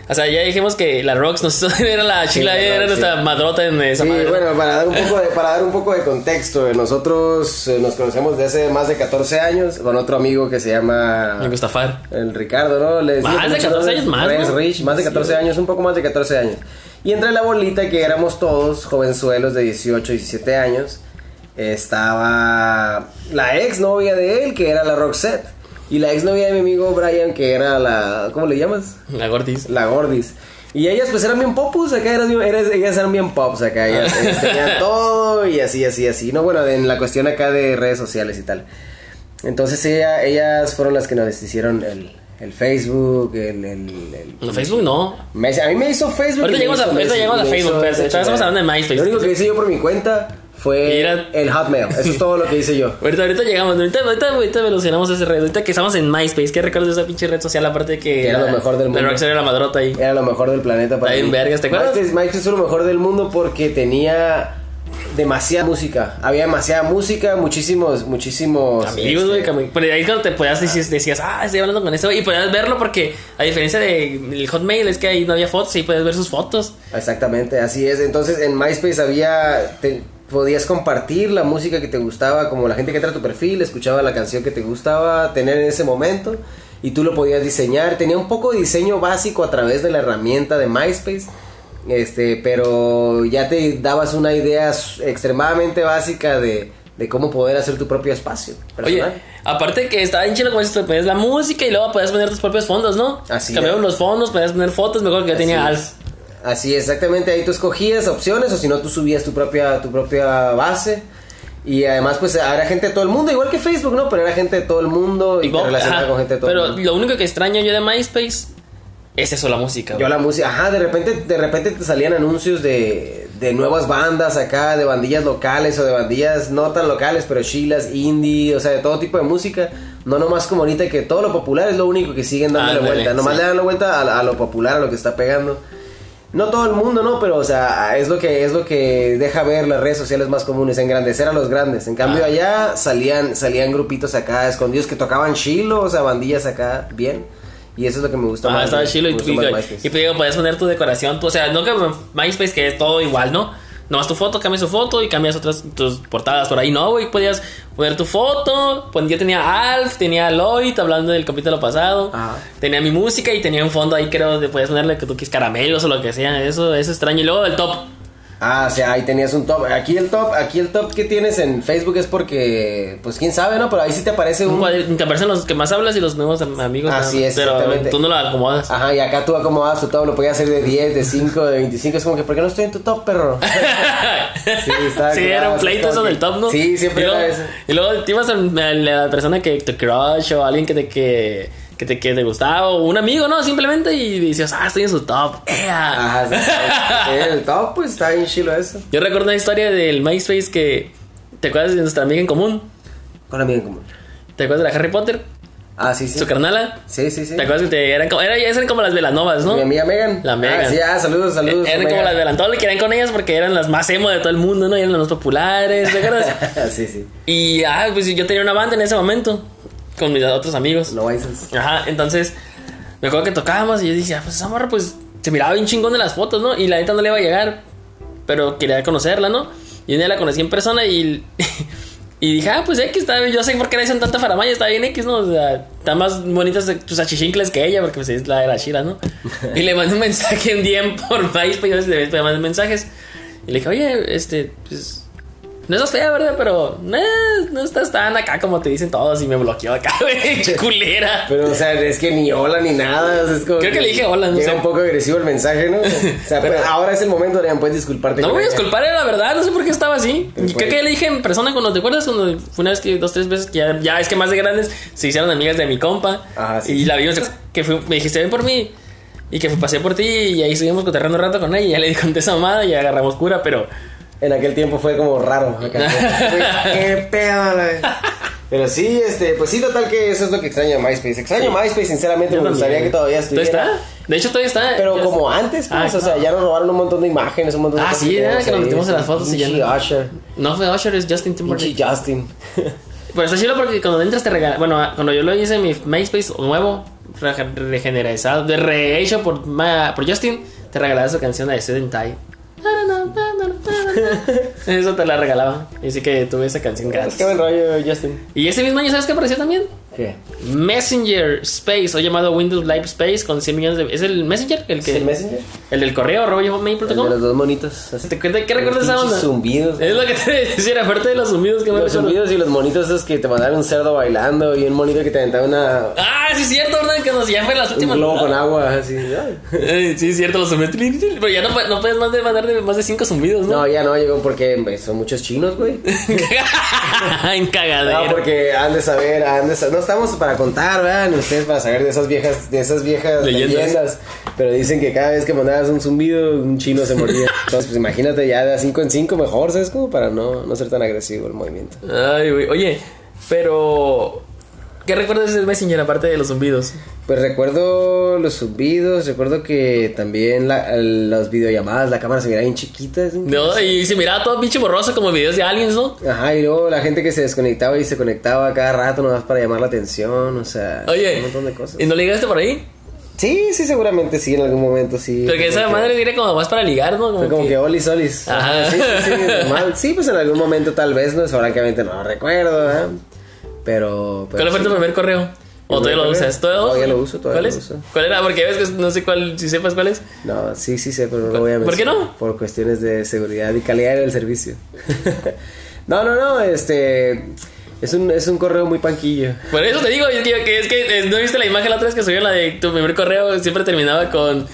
Speaker 2: O sea, ya dijimos que la Rox nos era la chila,
Speaker 1: la
Speaker 2: era
Speaker 1: Rox,
Speaker 2: nuestra
Speaker 1: sí.
Speaker 2: madrota en esa
Speaker 1: Sí,
Speaker 2: madre.
Speaker 1: bueno, para dar un poco de, para dar un poco de contexto, eh, nosotros eh, nos conocemos de hace más de 14 años con otro amigo que se
Speaker 2: Me
Speaker 1: llama
Speaker 2: gusta far.
Speaker 1: el Ricardo, ¿no? Le decimos
Speaker 2: Más de
Speaker 1: muchos
Speaker 2: 14
Speaker 1: nombres,
Speaker 2: años más,
Speaker 1: Res
Speaker 2: ¿no?
Speaker 1: Rich, más de 14 años, un poco más de 14 años. Y entre la bolita que éramos todos jovenzuelos de 18, 17 años, estaba la ex novia de él, que era la Roxette, y la ex novia de mi amigo Brian, que era la ¿cómo le llamas?
Speaker 2: La Gordis.
Speaker 1: La Gordis. Y ellas pues eran bien popus, acá eran, bien- eras- ellas eran bien pops acá, ellas, ellas tenían todo y así, así, así. No, bueno, en la cuestión acá de redes sociales y tal. Entonces ella- ellas fueron las que nos hicieron el, el Facebook, el... el- el-
Speaker 2: No, Facebook no.
Speaker 1: Me- a mí me hizo Facebook.
Speaker 2: Ahorita
Speaker 1: y me
Speaker 2: llegamos a-
Speaker 1: hizo-
Speaker 2: ahorita
Speaker 1: me hizo-
Speaker 2: llegamos a
Speaker 1: me
Speaker 2: Facebook,
Speaker 1: hizo-
Speaker 2: pero estamos
Speaker 1: chingadera.
Speaker 2: hablando de MySpace.
Speaker 1: Lo único que hice yo por mi cuenta fue
Speaker 2: Era-
Speaker 1: el Hotmail. Eso es todo lo que hice yo.
Speaker 2: Ahorita, ahorita llegamos, ahorita, ahorita, ahorita velocionamos esa red. Ahorita que estamos en MySpace, ¿qué recuerdas de esa pinche red social? Aparte de que.
Speaker 1: Que era lo
Speaker 2: la-
Speaker 1: mejor del
Speaker 2: La
Speaker 1: mundo.
Speaker 2: Rox era la madrota ahí.
Speaker 1: Era lo mejor del planeta para
Speaker 2: Está bien
Speaker 1: mí.
Speaker 2: vergas, ¿te acuerdas?
Speaker 1: MySpace, MySpace fue lo mejor del mundo porque tenía demasiada música. Había demasiada música, muchísimos, muchísimos...
Speaker 2: Amigos, güey,
Speaker 1: este,
Speaker 2: cami- pero ahí cuando te podías decías, decías, ah, estoy hablando con ese güey", y podías verlo porque a diferencia del Hotmail es que ahí no había fotos y podías ver sus fotos.
Speaker 1: Exactamente, así es. Entonces en MySpace había... te- podías compartir la música que te gustaba, como la gente que entra a tu perfil, escuchaba la canción que te gustaba tener en ese momento. Y tú lo podías diseñar. Tenía un poco de diseño básico a través de la herramienta de MySpace. Este, pero ya te dabas una idea s- extremadamente básica de, de cómo poder hacer tu propio espacio personal.
Speaker 2: Oye, aparte que estaba en chilo como esto, ponías la música y luego podías poner tus propios fondos, ¿no?
Speaker 1: Así
Speaker 2: Cambiaron
Speaker 1: es.
Speaker 2: los fondos, podías poner fotos, mejor que yo tenía
Speaker 1: Así
Speaker 2: Alf.
Speaker 1: es. Así, exactamente, ahí tú escogías opciones o si no tú subías tu propia tu propia base. Y además pues era gente de todo el mundo, igual que Facebook, ¿no? Pero era gente de todo el mundo y, te
Speaker 2: Bob,
Speaker 1: relacionaba
Speaker 2: ajá,
Speaker 1: con gente de todo el
Speaker 2: Pero
Speaker 1: mundo.
Speaker 2: lo único que extraño yo de MySpace es eso, la música.
Speaker 1: Yo
Speaker 2: güey.
Speaker 1: la música, ajá, de repente, de repente te salían anuncios de, de nuevas bandas acá, de bandillas locales o de bandillas no tan locales, pero chilas, indie, o sea, de todo tipo de música. No nomás como ahorita que todo lo popular es lo único que siguen dándole
Speaker 2: Ándale,
Speaker 1: vuelta, nomás
Speaker 2: sí.
Speaker 1: le dan la vuelta a, a lo popular, a lo que está pegando. No todo el mundo, no, pero o sea, es lo que es lo que deja ver las redes sociales más comunes, engrandecer a los grandes. En cambio
Speaker 2: Ah.
Speaker 1: allá salían salían grupitos acá escondidos que tocaban chilo, o sea, bandillas acá bien. Y eso es lo que me gusta
Speaker 2: Ah,
Speaker 1: más.
Speaker 2: estaba
Speaker 1: de-
Speaker 2: chilo y,
Speaker 1: me
Speaker 2: tú
Speaker 1: gusta
Speaker 2: y,
Speaker 1: más
Speaker 2: y,
Speaker 1: MySpace.
Speaker 2: te digo, podías poner tu decoración, tú, o sea, no que MySpace que es todo igual, ¿no? Nomás tu foto, cambias tu foto y cambias otras tus portadas por ahí, ¿no, güey? Podías poner tu foto, pon- yo tenía Alf, tenía Lloyd hablando del capítulo pasado,
Speaker 1: Ajá.
Speaker 2: tenía mi música y tenía un fondo ahí, creo, de podías ponerle que tú quis caramelos o lo que sea, eso, eso extraño. Y luego el top,
Speaker 1: Ah, o sea, ahí tenías un top. Aquí el top, aquí el top que tienes en Facebook es porque pues quién sabe, ¿no? Pero ahí sí te aparece
Speaker 2: un
Speaker 1: un
Speaker 2: cuadrito, te aparecen los que más hablas y los nuevos am- amigos.
Speaker 1: Así
Speaker 2: nada más,
Speaker 1: es,
Speaker 2: Pero
Speaker 1: exactamente.
Speaker 2: tú no lo acomodas.
Speaker 1: Ajá, y acá tú acomodabas tu top, lo podías hacer de 10, de 5, de 25. Es como que, ¿por qué no estoy en tu top, perro? Sí, estaba
Speaker 2: Sí,
Speaker 1: curado,
Speaker 2: era un
Speaker 1: o sea,
Speaker 2: pleito eso
Speaker 1: como que-
Speaker 2: del top, ¿no?
Speaker 1: Sí, siempre
Speaker 2: y luego,
Speaker 1: era eso.
Speaker 2: Y luego te ibas a a la persona que te crush o alguien que te, que, que te, que te gustaba o un amigo, ¿no? Simplemente y decías, ah, estoy en su top. ¡Ea!
Speaker 1: Ajá, sí, sí, sí, el top, pues está bien chilo eso.
Speaker 2: Yo recuerdo una historia del MySpace que. ¿Te acuerdas de nuestra amiga en común?
Speaker 1: Con amigo en común.
Speaker 2: ¿Te acuerdas de la Harry Potter?
Speaker 1: Ah, sí, sí.
Speaker 2: Su carnala.
Speaker 1: Sí, sí, sí.
Speaker 2: ¿Te acuerdas que te, eran, como, era- esas eran como las velanovas, no?
Speaker 1: Mi amiga Megan.
Speaker 2: La Megan. Eh,
Speaker 1: Ah, sí, ah, saludos, saludos.
Speaker 2: eran como
Speaker 1: Megan.
Speaker 2: las velanovas. Todos le querían con ellas porque eran las más emo de todo el mundo, ¿no? Y eran las más populares, ¿te acuerdas?
Speaker 1: sí, sí.
Speaker 2: Y ah, pues yo tenía una banda en ese momento con mis otros amigos.
Speaker 1: No Vices.
Speaker 2: Ajá, entonces me acuerdo que tocábamos y yo dije, ah, pues esa morra pues se miraba bien chingón en las fotos, ¿no? Y la neta no le iba a llegar, pero quería conocerla, ¿no? Y un día la conocí en persona y, y dije, ah, pues X, está bien, yo sé por qué le dicen tanta faramaya, está bien X, ¿no? O sea, están más bonitas tus achichincles que ella, porque pues es la de la chila, ¿no? Y le mandé un mensaje un día por MySpace, yo a veces le le mandé mensajes. Y le dije, oye, este, pues... No estás fea, ¿verdad? Pero nah, no estás tan acá como te dicen todos y me bloqueó acá, güey. Culera.
Speaker 1: Pero, o sea, es que ni hola ni nada. o sea, es como
Speaker 2: Creo que le dije hola, no
Speaker 1: Llega
Speaker 2: sé.
Speaker 1: un poco agresivo el mensaje, ¿no? O sea, pero, ahora es el momento, Adrián, puedes disculparte.
Speaker 2: No me
Speaker 1: con
Speaker 2: voy a
Speaker 1: ella.
Speaker 2: disculpar, era la verdad, no sé por qué estaba así.
Speaker 1: Pero
Speaker 2: Y creo
Speaker 1: fue-
Speaker 2: que le dije en persona cuando te acuerdas, cuando fue una vez que dos, tres veces, que ya, ya es que más de grandes se hicieron amigas de mi compa.
Speaker 1: Ajá, Ah, sí.
Speaker 2: Y la vimos que fui- me dijiste, ven por mí. Y que fui- pasé por ti y ahí estuvimos cotorreando un rato con ella y ya le conté esa mamada y agarramos cura, pero
Speaker 1: En aquel tiempo fue como raro. acá. Fue, Qué pedo, la- Pero sí, este, pues sí, total que eso es lo que extraño de MySpace. Extraño MySpace, sinceramente,
Speaker 2: Yo
Speaker 1: me gustaría
Speaker 2: también.
Speaker 1: que todavía
Speaker 2: ¿Todavía
Speaker 1: estuviera.
Speaker 2: está? De hecho, todavía está.
Speaker 1: Pero
Speaker 2: Ya
Speaker 1: como
Speaker 2: está.
Speaker 1: antes, pues,
Speaker 2: Ah,
Speaker 1: o sea,
Speaker 2: no.
Speaker 1: ya nos robaron un montón de imágenes, un montón de
Speaker 2: Ah,
Speaker 1: cosas
Speaker 2: sí,
Speaker 1: que
Speaker 2: era
Speaker 1: tenemos
Speaker 2: que nos
Speaker 1: ahí,
Speaker 2: metimos en
Speaker 1: sí.
Speaker 2: las fotos y ya
Speaker 1: Pinche
Speaker 2: no.
Speaker 1: Usher,
Speaker 2: No fue Usher, es Justin Timberlake.
Speaker 1: pinche Justin.
Speaker 2: Pero está chido Pues porque cuando entras te regala. Bueno, cuando yo lo hice en mi MySpace nuevo, re- regenerizado, de rehecho por, Ma- por Justin, te regalaba esa canción de Student Tie. Eso te la regalaba. Y Así que tuve esa canción
Speaker 1: es que
Speaker 2: gratis.
Speaker 1: buen rollo, Justin.
Speaker 2: Y ese mismo año, ¿sabes qué apareció también?
Speaker 1: ¿Qué?
Speaker 2: Messenger Space, o llamado Windows Live Space, con 100 millones de. ¿Es el Messenger? El,
Speaker 1: ¿Es
Speaker 2: que,
Speaker 1: el Messenger?
Speaker 2: el del correo, arroba
Speaker 1: El de los
Speaker 2: gmail.com.
Speaker 1: dos monitos. así.
Speaker 2: ¿Te- ¿Qué, qué
Speaker 1: Los
Speaker 2: recuerdas de esa
Speaker 1: pinches
Speaker 2: onda?
Speaker 1: zumbidos.
Speaker 2: Es lo que te decía, aparte de los zumbidos que me
Speaker 1: Los
Speaker 2: recuerdo.
Speaker 1: zumbidos y los monitos esos que te mandaron un cerdo bailando y un monito que te aventaba una...
Speaker 2: Ah, sí es cierto, ¿verdad? Que nos, ya fue las
Speaker 1: un
Speaker 2: últimas.
Speaker 1: globo con agua, así. Ay.
Speaker 2: Eh, sí, es cierto, los zumbidos. Pero ya no, pu- no puedes más de mandar de más de cinco zumbidos, ¿no?
Speaker 1: No, ya no, llegó porque pues, son muchos chinos, güey.
Speaker 2: en cagadero.
Speaker 1: No, Ah, porque han de saber, han de sa- No estamos para contar, ¿verdad? Ni ustedes para saber de esas viejas, de esas viejas
Speaker 2: Leyendas.
Speaker 1: leyendas. Pero dicen que cada vez que mandabas un zumbido, un chino se mordía. Entonces, pues imagínate ya de 5 en 5 mejor, ¿sabes? Como para no, no ser tan agresivo el movimiento.
Speaker 2: Ay, güey. Oye, pero. ¿Qué recuerdas del Messenger aparte de los zumbidos?
Speaker 1: Pues recuerdo los zumbidos, recuerdo que también la- las videollamadas, la cámara se miraba bien chiquita. así.
Speaker 2: No, y se miraba todo pinche borroso como videos de aliens, ¿no?
Speaker 1: Ajá, y luego la gente que se desconectaba y se conectaba cada rato nomás para llamar la atención, o sea,
Speaker 2: Oye. eh,
Speaker 1: un montón de cosas.
Speaker 2: ¿Y no ligaste por ahí?
Speaker 1: Sí, sí, seguramente sí, en algún momento sí.
Speaker 2: Porque esa
Speaker 1: Porque-
Speaker 2: madre diría como vas para ligar, ¿no? Como
Speaker 1: Fue como
Speaker 2: que-
Speaker 1: que olis, olis.
Speaker 2: Ajá.
Speaker 1: Sí, sí, sí, normal. Sí, pues en algún momento tal vez, no, francamente no lo recuerdo, ¿eh? Pero... pero
Speaker 2: ¿Cuál fue
Speaker 1: sí.
Speaker 2: tu primer correo? ¿O
Speaker 1: Primer
Speaker 2: todavía lo
Speaker 1: correo.
Speaker 2: usas? ¿Todavía
Speaker 1: Todavía lo uso, todavía
Speaker 2: ¿Cuál
Speaker 1: lo
Speaker 2: es?
Speaker 1: uso.
Speaker 2: ¿Cuál era? Porque ves que no sé cuál, si sepas cuál es.
Speaker 1: No, sí, sí sé, pero no lo voy a
Speaker 2: ¿Por qué
Speaker 1: mencionar.
Speaker 2: no?
Speaker 1: Por cuestiones de seguridad y calidad del servicio. no, no, no, este... Es un, es un correo muy panquillo.
Speaker 2: Por eso te digo, es que, que es que eh, no viste la imagen la otra vez que subió la de tu primer correo, siempre terminaba con.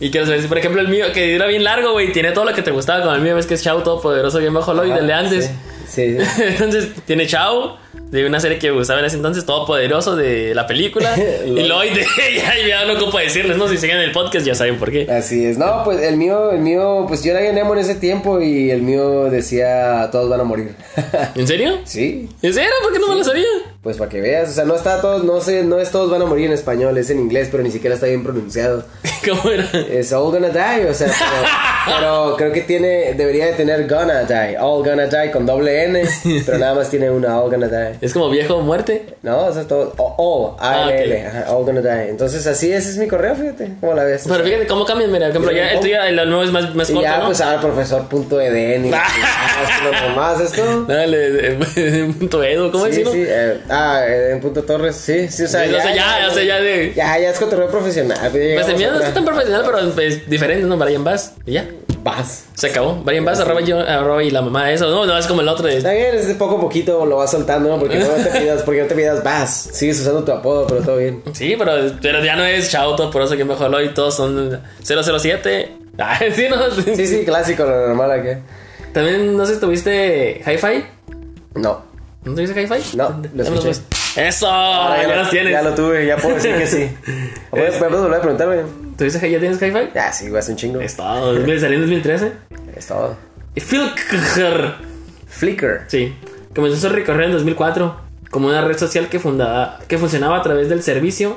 Speaker 2: Y quiero saber si, por ejemplo, el mío, que era bien largo, güey, tiene todo lo que te
Speaker 1: Ah,
Speaker 2: gustaba. Con el mío, ves que es Chao Todopoderoso, bien bajo lo y
Speaker 1: Ajá,
Speaker 2: del de antes.
Speaker 1: Sí, sí, sí.
Speaker 2: Entonces, tiene Chao, de una serie que me gustaba en ese entonces, Todopoderoso, de la película. y Lloyd, ya, ya no ocupo decirles, ¿no? Si siguen el podcast ya saben por qué.
Speaker 1: Así es. No, pues el mío, el mío, pues yo era bien emo en ese tiempo y el mío decía todos van a morir.
Speaker 2: ¿En serio?
Speaker 1: sí,
Speaker 2: ¿En serio? ¿Por qué no me lo sabía?
Speaker 1: pues para que veas, o sea, no está todos, no sé, no es todos van a morir en español, es en inglés, pero ni siquiera está bien pronunciado.
Speaker 2: ¿Cómo era?
Speaker 1: Es all gonna die, o sea, pero, pero creo que tiene, debería de tener gonna die, all gonna die con doble N, pero nada más tiene una all gonna die.
Speaker 2: Es como viejo muerte.
Speaker 1: No, o sea, todo, all,
Speaker 2: Ah,
Speaker 1: A L,
Speaker 2: ok.
Speaker 1: ajá, all gonna die. Entonces así ese es mi correo, fíjate, ¿cómo la ves?
Speaker 2: Pero fíjate cómo cambian, mira, por ejemplo, ya el tuyo, el nuevo es más, más
Speaker 1: Y
Speaker 2: corto,
Speaker 1: ya,
Speaker 2: ¿no?
Speaker 1: pues ahora profesor.eden y más esto.
Speaker 2: Dale, eh, punto edu, ¿cómo
Speaker 1: Sí, sí,
Speaker 2: decirlo?
Speaker 1: eh, ah, en punto Torres, sí, sí, o sea,
Speaker 2: Sí, o sea, ya, o sea, ya de-
Speaker 1: Ya, ya es cotorreo profesional. Pues
Speaker 2: Pues
Speaker 1: llegamos
Speaker 2: el mío no
Speaker 1: otra-
Speaker 2: es tan profesional, pero pues, diferente, ¿no? Brian Bass. Y ya.
Speaker 1: Vas.
Speaker 2: Se acabó. Brian Bass, arroba, yo, arroba y la mamá de eso. No, no, es como el otro. de-
Speaker 1: Está bien, es de poco a poquito lo vas soltando, ¿no? Porque no te pidas, porque no te pidas, vas. Sigues usando tu apodo, pero todo bien.
Speaker 2: Sí, pero, pero ya no es chao, todo por eso que mejor hoy todos son 007. Ah, sí, no.
Speaker 1: Sí, sí, clásico, lo normal aquí.
Speaker 2: También, no sé si tuviste hi-fi.
Speaker 1: No.
Speaker 2: ¿No tuviste hi-fi?
Speaker 1: No, lo
Speaker 2: Dámelo,
Speaker 1: escuché.
Speaker 2: pues. Eso, ya,
Speaker 1: lo-
Speaker 2: los tienes.
Speaker 1: Ya lo tuve, ya puedo decir que sí. O puedes, puedes volver a preguntarme.
Speaker 2: ¿Tuviste, hi- ya tienes hi-fi?
Speaker 1: Ya, sí, güey, hace un chingo.
Speaker 2: Es todo, me salió en 2013.
Speaker 1: Es todo.
Speaker 2: Y Filker.
Speaker 1: Flickr.
Speaker 2: Sí. Comenzó su recorrido en 2004 como una red social que, fundada, que funcionaba a través del servicio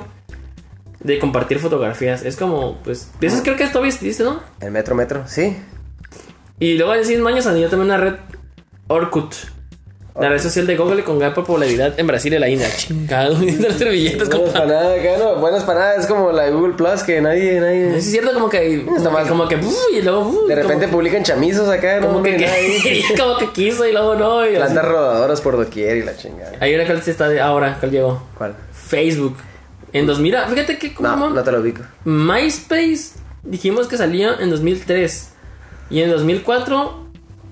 Speaker 2: de compartir fotografías. Es como, pues, de
Speaker 1: Ah.
Speaker 2: eso creo que esto viste, ¿no?
Speaker 1: El metro, metro, sí.
Speaker 2: Y luego en 100 años salió también una red Orkut. La red social de Google con gran popularidad en Brasil y la India. Chingado, viendo las servilletas,
Speaker 1: Buenas
Speaker 2: compa.
Speaker 1: para nada, acá no. Buenas para nada, es como la de Google Plus que nadie, nadie.
Speaker 2: Es cierto, como que.
Speaker 1: Está
Speaker 2: Como
Speaker 1: mal.
Speaker 2: que. Como que ¡buh! y luego. ¡buh!
Speaker 1: De
Speaker 2: como-
Speaker 1: repente publican chamizos acá, no,
Speaker 2: Como,
Speaker 1: hombre,
Speaker 2: que,
Speaker 1: nadie.
Speaker 2: como que quiso y luego no. y así.
Speaker 1: Plantas rodadoras por doquier y la chingada.
Speaker 2: Hay una cuál está de ahora, cuál llegó.
Speaker 1: ¿Cuál?
Speaker 2: Facebook. En 2000. ah, Fíjate que. como
Speaker 1: No, no te lo ubico.
Speaker 2: MySpace dijimos que salió en 2003 y en 2004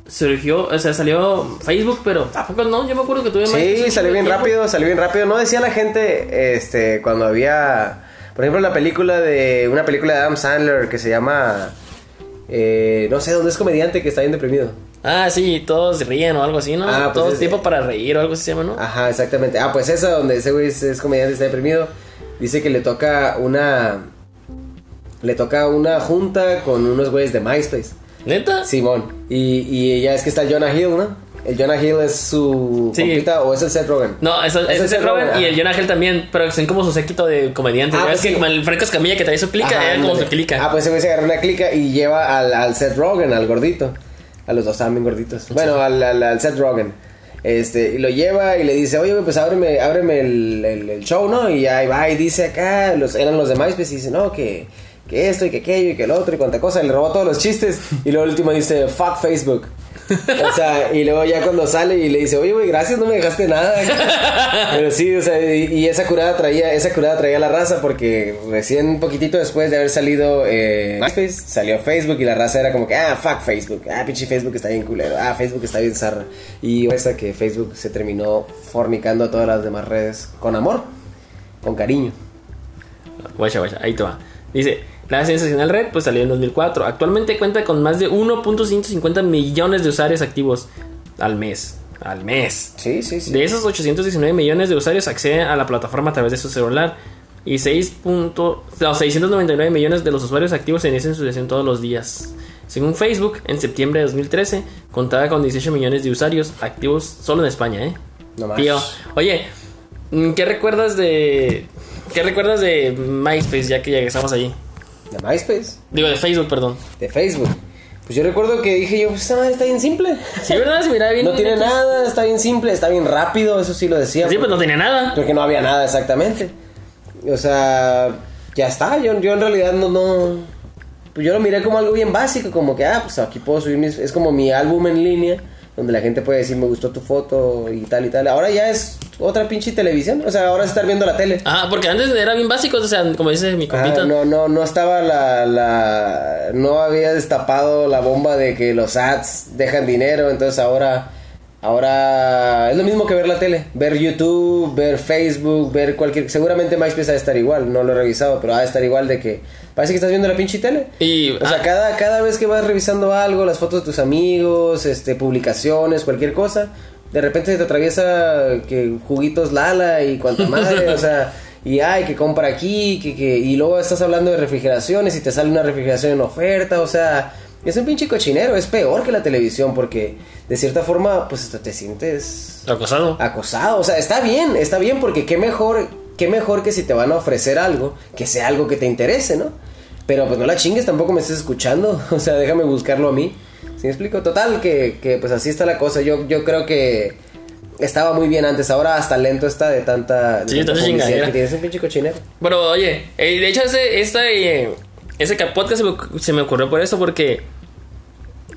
Speaker 2: surgió, o sea, salió Facebook, pero tampoco no, yo me acuerdo que tuve
Speaker 1: Sí,
Speaker 2: MySpace
Speaker 1: salió bien
Speaker 2: tiempo.
Speaker 1: rápido, salió bien rápido. No decía la gente, este, cuando había, por ejemplo, la película de, una película de Adam Sandler que se llama, eh, no sé, dónde es comediante que está bien deprimido.
Speaker 2: Ah, sí, todos ríen o algo así, ¿no?
Speaker 1: Ah, pues
Speaker 2: todos
Speaker 1: es-
Speaker 2: tiempo para reír o algo así se llama, ¿no?
Speaker 1: Ajá, exactamente. Ah, pues esa donde ese güey es, es comediante, está deprimido. Dice que le toca una, le toca una junta con unos güeyes de MySpace.
Speaker 2: ¿Neta?
Speaker 1: Simón. Y, y ya es que está el Jonah Hill, ¿no? El Jonah Hill es su
Speaker 2: Sí.
Speaker 1: compita o es el Seth Rogen.
Speaker 2: No, eso,
Speaker 1: Ese
Speaker 2: ese es
Speaker 1: es
Speaker 2: el Robert
Speaker 1: Robert,
Speaker 2: y
Speaker 1: ajá.
Speaker 2: el Jonah Hill también, pero son como su séquito de comediantes.
Speaker 1: Ah,
Speaker 2: ya
Speaker 1: pues
Speaker 2: ves que
Speaker 1: sí.
Speaker 2: como el Franco Escamilla que trae su clica,
Speaker 1: Ajá,
Speaker 2: era como
Speaker 1: ándale.
Speaker 2: su clica.
Speaker 1: Ah, pues ese güey se agarra una clica y lleva al, al Seth Rogen, al gordito. A los dos estaban bien gorditos. Bueno, al, al, al Seth Rogen. Este, y lo lleva y le dice, oye, güey, pues ábreme, ábreme el, el- el show, ¿no? Y ahí va y dice acá, los, eran los de MySpace y dice, no, que, que esto y que aquello y que el otro y cuánta cosa. Y le robó todos los chistes. Y luego el último dice, fuck Facebook. O sea, y luego ya cuando sale y le dice, oye, güey, gracias, no me dejaste nada. Pero sí, o sea, y, y esa curada traía, esa curada traía la raza porque recién poquitito después de haber salido eh, MySpace, salió Facebook y la raza era como que, ah, fuck Facebook, ah, pinche Facebook está bien culero, ah, Facebook está bien zarra. Y esa que Facebook se terminó fornicando a todas las demás redes con amor, con cariño.
Speaker 2: Guacha, guacha, ahí te va. Dice, la sensacional red pues salió en 2004. Actualmente cuenta con más de 1.150 millones de usuarios activos al mes. Al mes.
Speaker 1: Sí, sí, sí.
Speaker 2: De esos 819 millones de usuarios acceden a la plataforma a través de su celular. Y 6. punto- no, 699 millones de los usuarios activos en esa institución todos los días. Según Facebook, en septiembre de 2013 contaba con 18 millones de usuarios activos solo en España, ¿eh?
Speaker 1: No más.
Speaker 2: Tío, oye, mm, ¿qué recuerdas de qué recuerdas de MySpace ya que ya que estamos ahí?
Speaker 1: De MySpace,
Speaker 2: Digo de Facebook, perdón.
Speaker 1: de Facebook. Pues yo recuerdo que dije yo, pues esta madre está bien simple.
Speaker 2: Sí, verdad, se miraba bien.
Speaker 1: No tiene
Speaker 2: X.
Speaker 1: nada, está bien simple, está bien rápido, eso sí lo decía.
Speaker 2: Sí, pues no tenía nada.
Speaker 1: Porque no había nada exactamente. O sea, ya está. Yo, yo en realidad no, no. Pues yo lo miré como algo bien básico, como que, ah, pues aquí puedo subir mis. Es como mi álbum en línea, donde la gente puede decir, me gustó tu foto y tal y tal. Ahora ya es otra pinche televisión. O sea, ahora es estar viendo la tele.
Speaker 2: Ajá, Ah, porque antes era bien básico, o sea, como dice mi
Speaker 1: Ah,
Speaker 2: compita.
Speaker 1: no, no, no estaba la, la- No había destapado la bomba de que los ads dejan dinero, entonces ahora. Ahora es lo mismo que ver la tele, ver YouTube, ver Facebook, ver cualquier... Seguramente MySpace ha de estar igual, no lo he revisado, pero ha de estar igual de que... Parece que estás viendo la pinche tele.
Speaker 2: Y
Speaker 1: O sea,
Speaker 2: ah,
Speaker 1: cada, cada vez que vas revisando algo, las fotos de tus amigos, este, publicaciones, cualquier cosa, de repente se te atraviesa que juguitos Lala y cuanta madre, o sea, y ay, que compra aquí, que, que, y luego estás hablando de refrigeraciones y te sale una refrigeración en oferta, o sea, es un pinche cochinero, es peor que la televisión porque de cierta forma, pues te sientes Ah.
Speaker 2: Acosado.
Speaker 1: acosado, o sea, está bien, está bien porque qué mejor, qué mejor que si te van a ofrecer algo, que sea algo que te interese, ¿no? Pero pues no la chingues, tampoco me estés escuchando, o sea, déjame buscarlo a mí. ¿Sí me explico? Total, que, que, pues así está la cosa. Yo, yo creo que estaba muy bien antes, ahora hasta lento está de tanta, de
Speaker 2: Sí,
Speaker 1: tanta
Speaker 2: tanta chingadera.
Speaker 1: que tienes un pinche cochinero.
Speaker 2: Pero oye, eh, de hecho ese, esta, eh, ese ca- podcast se me, ocu- se me ocurrió por eso, porque...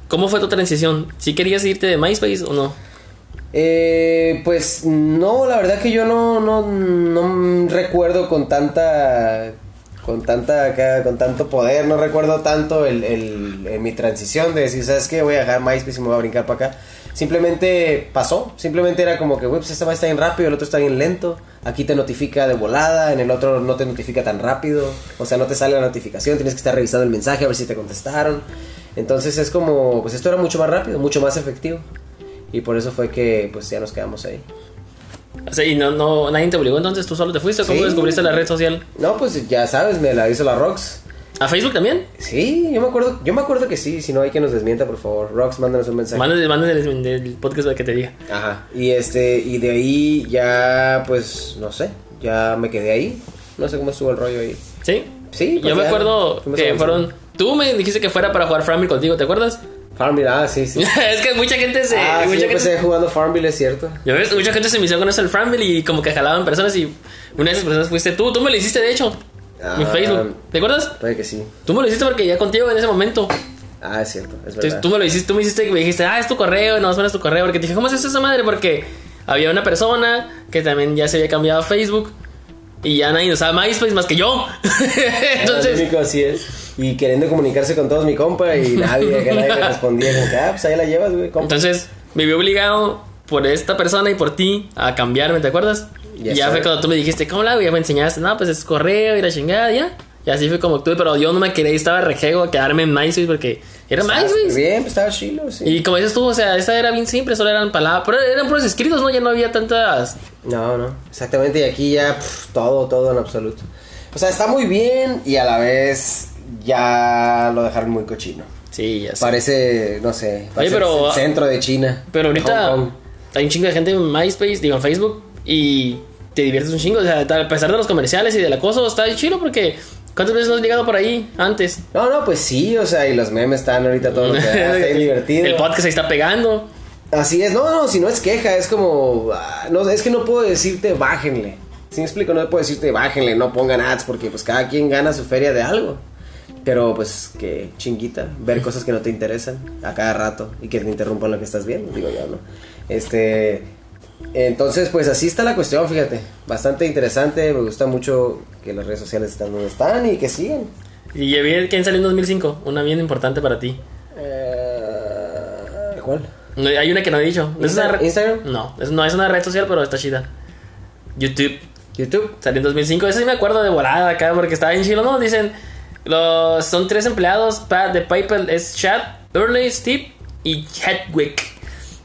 Speaker 2: ¿Cómo fue tu transición? ¿Si querías irte de MySpace o no?
Speaker 1: Eh, pues no, la verdad que yo no, no, no recuerdo con tanta, con tanta, acá- con tanto poder, no recuerdo tanto el, el- eh, mi transición de decir, ¿sabes qué? Voy a dejar MySpace y me voy a brincar para acá. Simplemente pasó, simplemente era como que, güey, pues esta va está bien rápido, el otro está bien lento, aquí te notifica de volada, en el otro no te notifica tan rápido, o sea, no te sale la notificación, tienes que estar revisando el mensaje a ver si te contestaron. Entonces es como, pues esto era mucho más rápido, mucho más efectivo. Y por eso fue que pues ya nos quedamos ahí.
Speaker 2: O sea, y no, no, nadie te obligó, entonces tú solo te fuiste. ¿Cómo
Speaker 1: Sí.
Speaker 2: descubriste la red social?
Speaker 1: No, pues ya sabes, me la hizo la Rox.
Speaker 2: ¿A Facebook también?
Speaker 1: Sí, yo me acuerdo, yo me acuerdo que sí, si no hay que nos desmienta, por favor. Rox, mándanos un mensaje.
Speaker 2: Mándale, mándale el, el podcast para que te diga.
Speaker 1: Ajá. Y este, y de ahí ya pues no sé, ya me quedé ahí. No sé cómo estuvo el rollo ahí.
Speaker 2: ¿Sí?
Speaker 1: Sí, pues
Speaker 2: Yo me
Speaker 1: ya,
Speaker 2: acuerdo
Speaker 1: fuimos
Speaker 2: que
Speaker 1: avanzando.
Speaker 2: fueron... Tú me dijiste que fuera para jugar Framil contigo, ¿te acuerdas?
Speaker 1: Farmville, ah, sí, sí.
Speaker 2: es que mucha gente se...
Speaker 1: ah, sí,
Speaker 2: mucha
Speaker 1: yo
Speaker 2: gente-
Speaker 1: empecé jugando Farmville, es cierto.
Speaker 2: Ya ves, mucha gente se inició con eso el Framville y como que jalaban personas y una de esas personas fuiste tú, tú me lo hiciste de hecho. Mi
Speaker 1: Ah.
Speaker 2: Facebook, ¿te acuerdas?
Speaker 1: Puede que sí.
Speaker 2: Tú me lo hiciste porque ya contigo en ese momento.
Speaker 1: Ah, es cierto, es
Speaker 2: Entonces,
Speaker 1: verdad.
Speaker 2: tú me lo hiciste, tú me hiciste y me dijiste, ah, es tu correo, no, suena es tu correo. Porque te dije, ¿cómo es esa madre? Porque había una persona que también ya se había cambiado a Facebook y ya nadie usaba MySpace más que yo.
Speaker 1: Entonces,
Speaker 2: Entonces,
Speaker 1: Ah, así es. Y queriendo comunicarse con todos mi compa y nadie, que nadie me respondía. Como que, ah, pues ahí la llevas, güey, compa.
Speaker 2: entonces me vi obligado por esta persona y por ti a cambiarme, ¿te acuerdas?
Speaker 1: Yes,
Speaker 2: y ya fue
Speaker 1: sir.
Speaker 2: cuando tú me dijiste, ¿cómo la hago? Y ya me enseñaste, no, pues es correo y la chingada, ya. Y así fue como tú, pero yo no me quería, estaba rejego a quedarme en MySpace porque era
Speaker 1: Ah,
Speaker 2: MySpace.
Speaker 1: Bien, pues estaba chilo, sí.
Speaker 2: Y como dices tú, o sea, esta era bien simple, solo eran palabras, pero eran puros escritos, ¿no? Ya no había tantas...
Speaker 1: No, no, exactamente. Y aquí ya pf, todo, todo en absoluto. O sea, está muy bien y a la vez ya lo dejaron muy cochino.
Speaker 2: Sí, ya sé.
Speaker 1: Parece, no sé, parece
Speaker 2: pero- ah,
Speaker 1: el centro de China.
Speaker 2: Pero ahorita
Speaker 1: Hong Kong.
Speaker 2: hay un chingo de gente en MySpace, digo en Facebook, y te diviertes un chingo. O sea, a pesar de los comerciales y del acoso, está chido porque ¿cuántas veces no has llegado por ahí antes?
Speaker 1: No, no, pues sí, o sea, y los memes están ahorita todo lo que da, está bien divertido.
Speaker 2: El podcast se está pegando.
Speaker 1: Así es, no, no, si no es queja, es como, ah, no, es que no puedo decirte bájenle. Si me explico, no puedo decirte bájenle, no pongan ads, porque pues cada quien gana su feria de algo. Pero pues que chinguita, ver cosas que no te interesan a cada rato y que te interrumpan lo que estás viendo, digo yo, ¿no? Este, entonces pues así está la cuestión, fíjate, bastante interesante, me gusta mucho que las redes sociales están donde están y que siguen.
Speaker 2: Y ya vi quién salió en 2005, una bien importante para ti.
Speaker 1: Eh, ¿Cuál?
Speaker 2: No, hay una que no he dicho. ¿Es una re-
Speaker 1: ¿Instagram?
Speaker 2: No, es, no es una red social, pero está chida. YouTube.
Speaker 1: YouTube.
Speaker 2: Salió en 2005. Eso sí me acuerdo de volada acá porque estaba en Chile, ¿no? Dicen, los, son tres empleados pa- de PayPal. Es Chad, Early, Steve y Chadwick.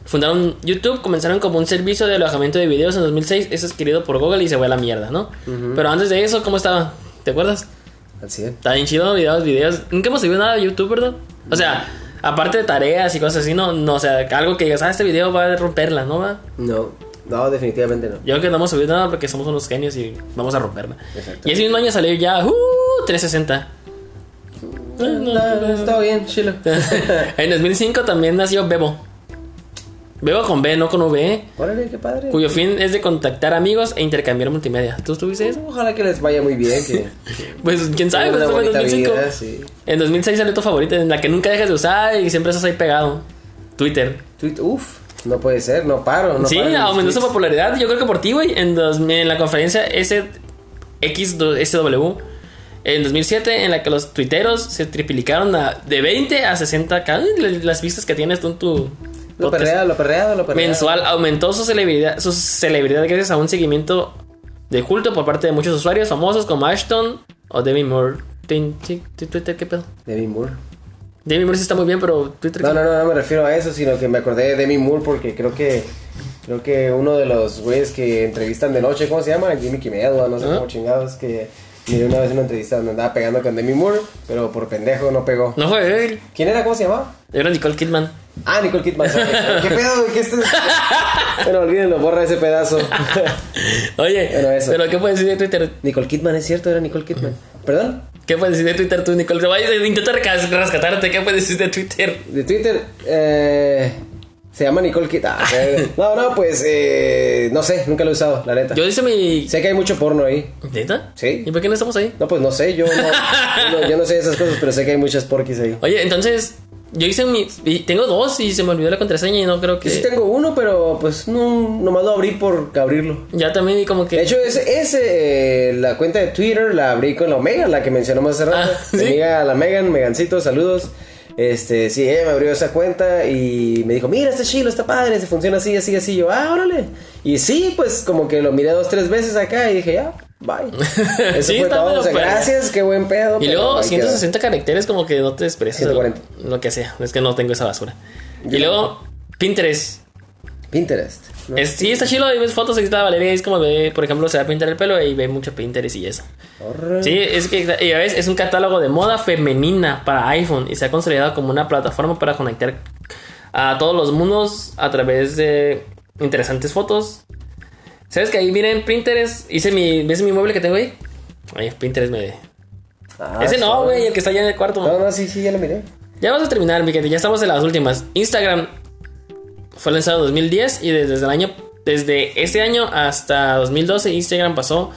Speaker 2: Fundaron YouTube, comenzaron como un servicio de alojamiento de videos en 2006. Eso es adquirido por Google y se fue a la mierda, ¿no? Pero antes de eso, ¿cómo estaba? ¿Te acuerdas?
Speaker 1: Al 100.
Speaker 2: Está bien chido, videos, videos. Nunca hemos subido nada de YouTube, ¿verdad? O sea, aparte de tareas y cosas así, no, no, o sea, algo que digas, ah, este video va a romperla, ¿no? Va?
Speaker 1: No, no, definitivamente no.
Speaker 2: Yo creo que no hemos subido nada porque somos unos genios y vamos a romperla.
Speaker 1: Exacto.
Speaker 2: Y ese mismo año salió ya uh, 360.
Speaker 1: Ah, No, está bien, chilo.
Speaker 2: en 2005 también nació Bebo. Bebo con B, no con V,
Speaker 1: Órale, qué padre.
Speaker 2: cuyo fin es de contactar amigos e intercambiar multimedia. ¿Tú estuviste eso?
Speaker 1: Ojalá que les vaya muy bien. Que
Speaker 2: Pues quién sabe, pues,
Speaker 1: tengan una
Speaker 2: fue en
Speaker 1: bonita
Speaker 2: 2005.
Speaker 1: vida, sí.
Speaker 2: En 2006 salió tu favorita, en la que nunca dejas de usar y siempre estás ahí pegado. Twitter.
Speaker 1: Tweet, uf, no puede ser, no paro. ah, No
Speaker 2: sí,
Speaker 1: paro en mis
Speaker 2: aumentó su
Speaker 1: tweets.
Speaker 2: popularidad. Yo creo que por ti, güey. En, dos- en la conferencia SXSW. En 2007, en la que los tuiteros se triplicaron a- de 20 a 60k. Las, las vistas que tienes tú en tu
Speaker 1: Lo
Speaker 2: podcast
Speaker 1: perreado, lo perreado, lo perreado.
Speaker 2: mensual aumentó su celebridad, su celebridad gracias a un seguimiento de culto por parte de muchos usuarios famosos como Ashton o Devin Moore. Tin- tin- tin- Twitter, ¿qué pedo?
Speaker 1: Demi Moore.
Speaker 2: Devin Moore sí está muy bien, pero Twitter.
Speaker 1: No, no, no, no me refiero a eso, sino que me acordé de Demi Moore porque creo que Creo que uno de los güeyes que entrevistan de noche, ¿cómo se llama? Jimmy Kimmel, o no sé
Speaker 2: Ah.
Speaker 1: cómo chingados, que miré una vez una entrevista donde andaba pegando con Demi Moore, pero por pendejo no pegó.
Speaker 2: No fue él.
Speaker 1: ¿Quién era? ¿Cómo se llamaba?
Speaker 2: Era Nicole Kidman.
Speaker 1: Ah, Nicole Kidman. sorry. ¿Qué pedo? güey? ¿Qué este... bueno, olvídenlo, borra ese pedazo.
Speaker 2: Oye,
Speaker 1: Bueno, eso.
Speaker 2: pero ¿qué puedes decir de Twitter?
Speaker 1: Nicole Kidman, es cierto, era Nicole Kidman. ¿Perdón?
Speaker 2: ¿Qué puedes decir de Twitter tú, Nicole? Vaya, intenta recas- rescatarte. ¿Qué puedes decir de Twitter?
Speaker 1: De Twitter, eh, se llama Nicole Kidman. Ah, eh, no, no, pues, eh, no sé, nunca lo he usado, la neta.
Speaker 2: Yo hice mi.
Speaker 1: Sé que hay mucho porno ahí.
Speaker 2: ¿Neta?
Speaker 1: Sí.
Speaker 2: ¿Y por qué no estamos ahí?
Speaker 1: No, pues no sé, yo no, yo no- yo no sé esas cosas, pero sé que hay muchas porquis ahí.
Speaker 2: Oye, entonces, yo hice mi. y tengo dos y se me olvidó la contraseña y no creo que.
Speaker 1: Yo sí tengo uno, pero pues no, nomás lo abrí por abrirlo.
Speaker 2: Ya también, y como
Speaker 1: De
Speaker 2: que.
Speaker 1: hecho, ese, ese, eh, la cuenta de Twitter la abrí con la Omega, la que mencionamos hace rato.
Speaker 2: Ah, ¿sí?
Speaker 1: Mi amiga, la Megan, Megancito, saludos. Este, sí, ella me abrió esa cuenta y me dijo, mira, está chido, está padre, se funciona así, así, así. Yo, ah, órale. Y sí, pues como que lo miré dos, tres veces acá y dije, ya, bye. Eso
Speaker 2: Sí,
Speaker 1: fue
Speaker 2: está
Speaker 1: todo.
Speaker 2: medio
Speaker 1: O sea,
Speaker 2: perro.
Speaker 1: gracias, qué buen pedo.
Speaker 2: Y
Speaker 1: pero
Speaker 2: luego,
Speaker 1: ahí queda.
Speaker 2: 160 caracteres, como que no te expresas.
Speaker 1: 140.
Speaker 2: Lo, lo que sea, es que no tengo esa basura. Y luego, Pinterest.
Speaker 1: Pinterest. ¿no?
Speaker 2: Es- sí, está chido, y ves fotos, aquí está Valeria, y es como ve, por ejemplo, se va a pintar el pelo y ve mucho Pinterest y eso.
Speaker 1: Órale.
Speaker 2: Sí, es que y a veces es un catálogo de moda femenina para iPhone y se ha consolidado como una plataforma para conectar a todos los mundos a través de interesantes fotos. ¿Sabes que ahí miren Pinterest? Hice mi, ¿Ves mi mueble que tengo ahí? Ahí Pinterest me...
Speaker 1: Ah,
Speaker 2: Ese no,
Speaker 1: está.
Speaker 2: güey, el que está allá en el cuarto.
Speaker 1: No, no, sí, sí, ya lo miré.
Speaker 2: Ya vamos a terminar, mi gente, ya estamos en las últimas. Instagram fue lanzado en 2010 y desde, el año, desde ese año hasta 2012 Instagram pasó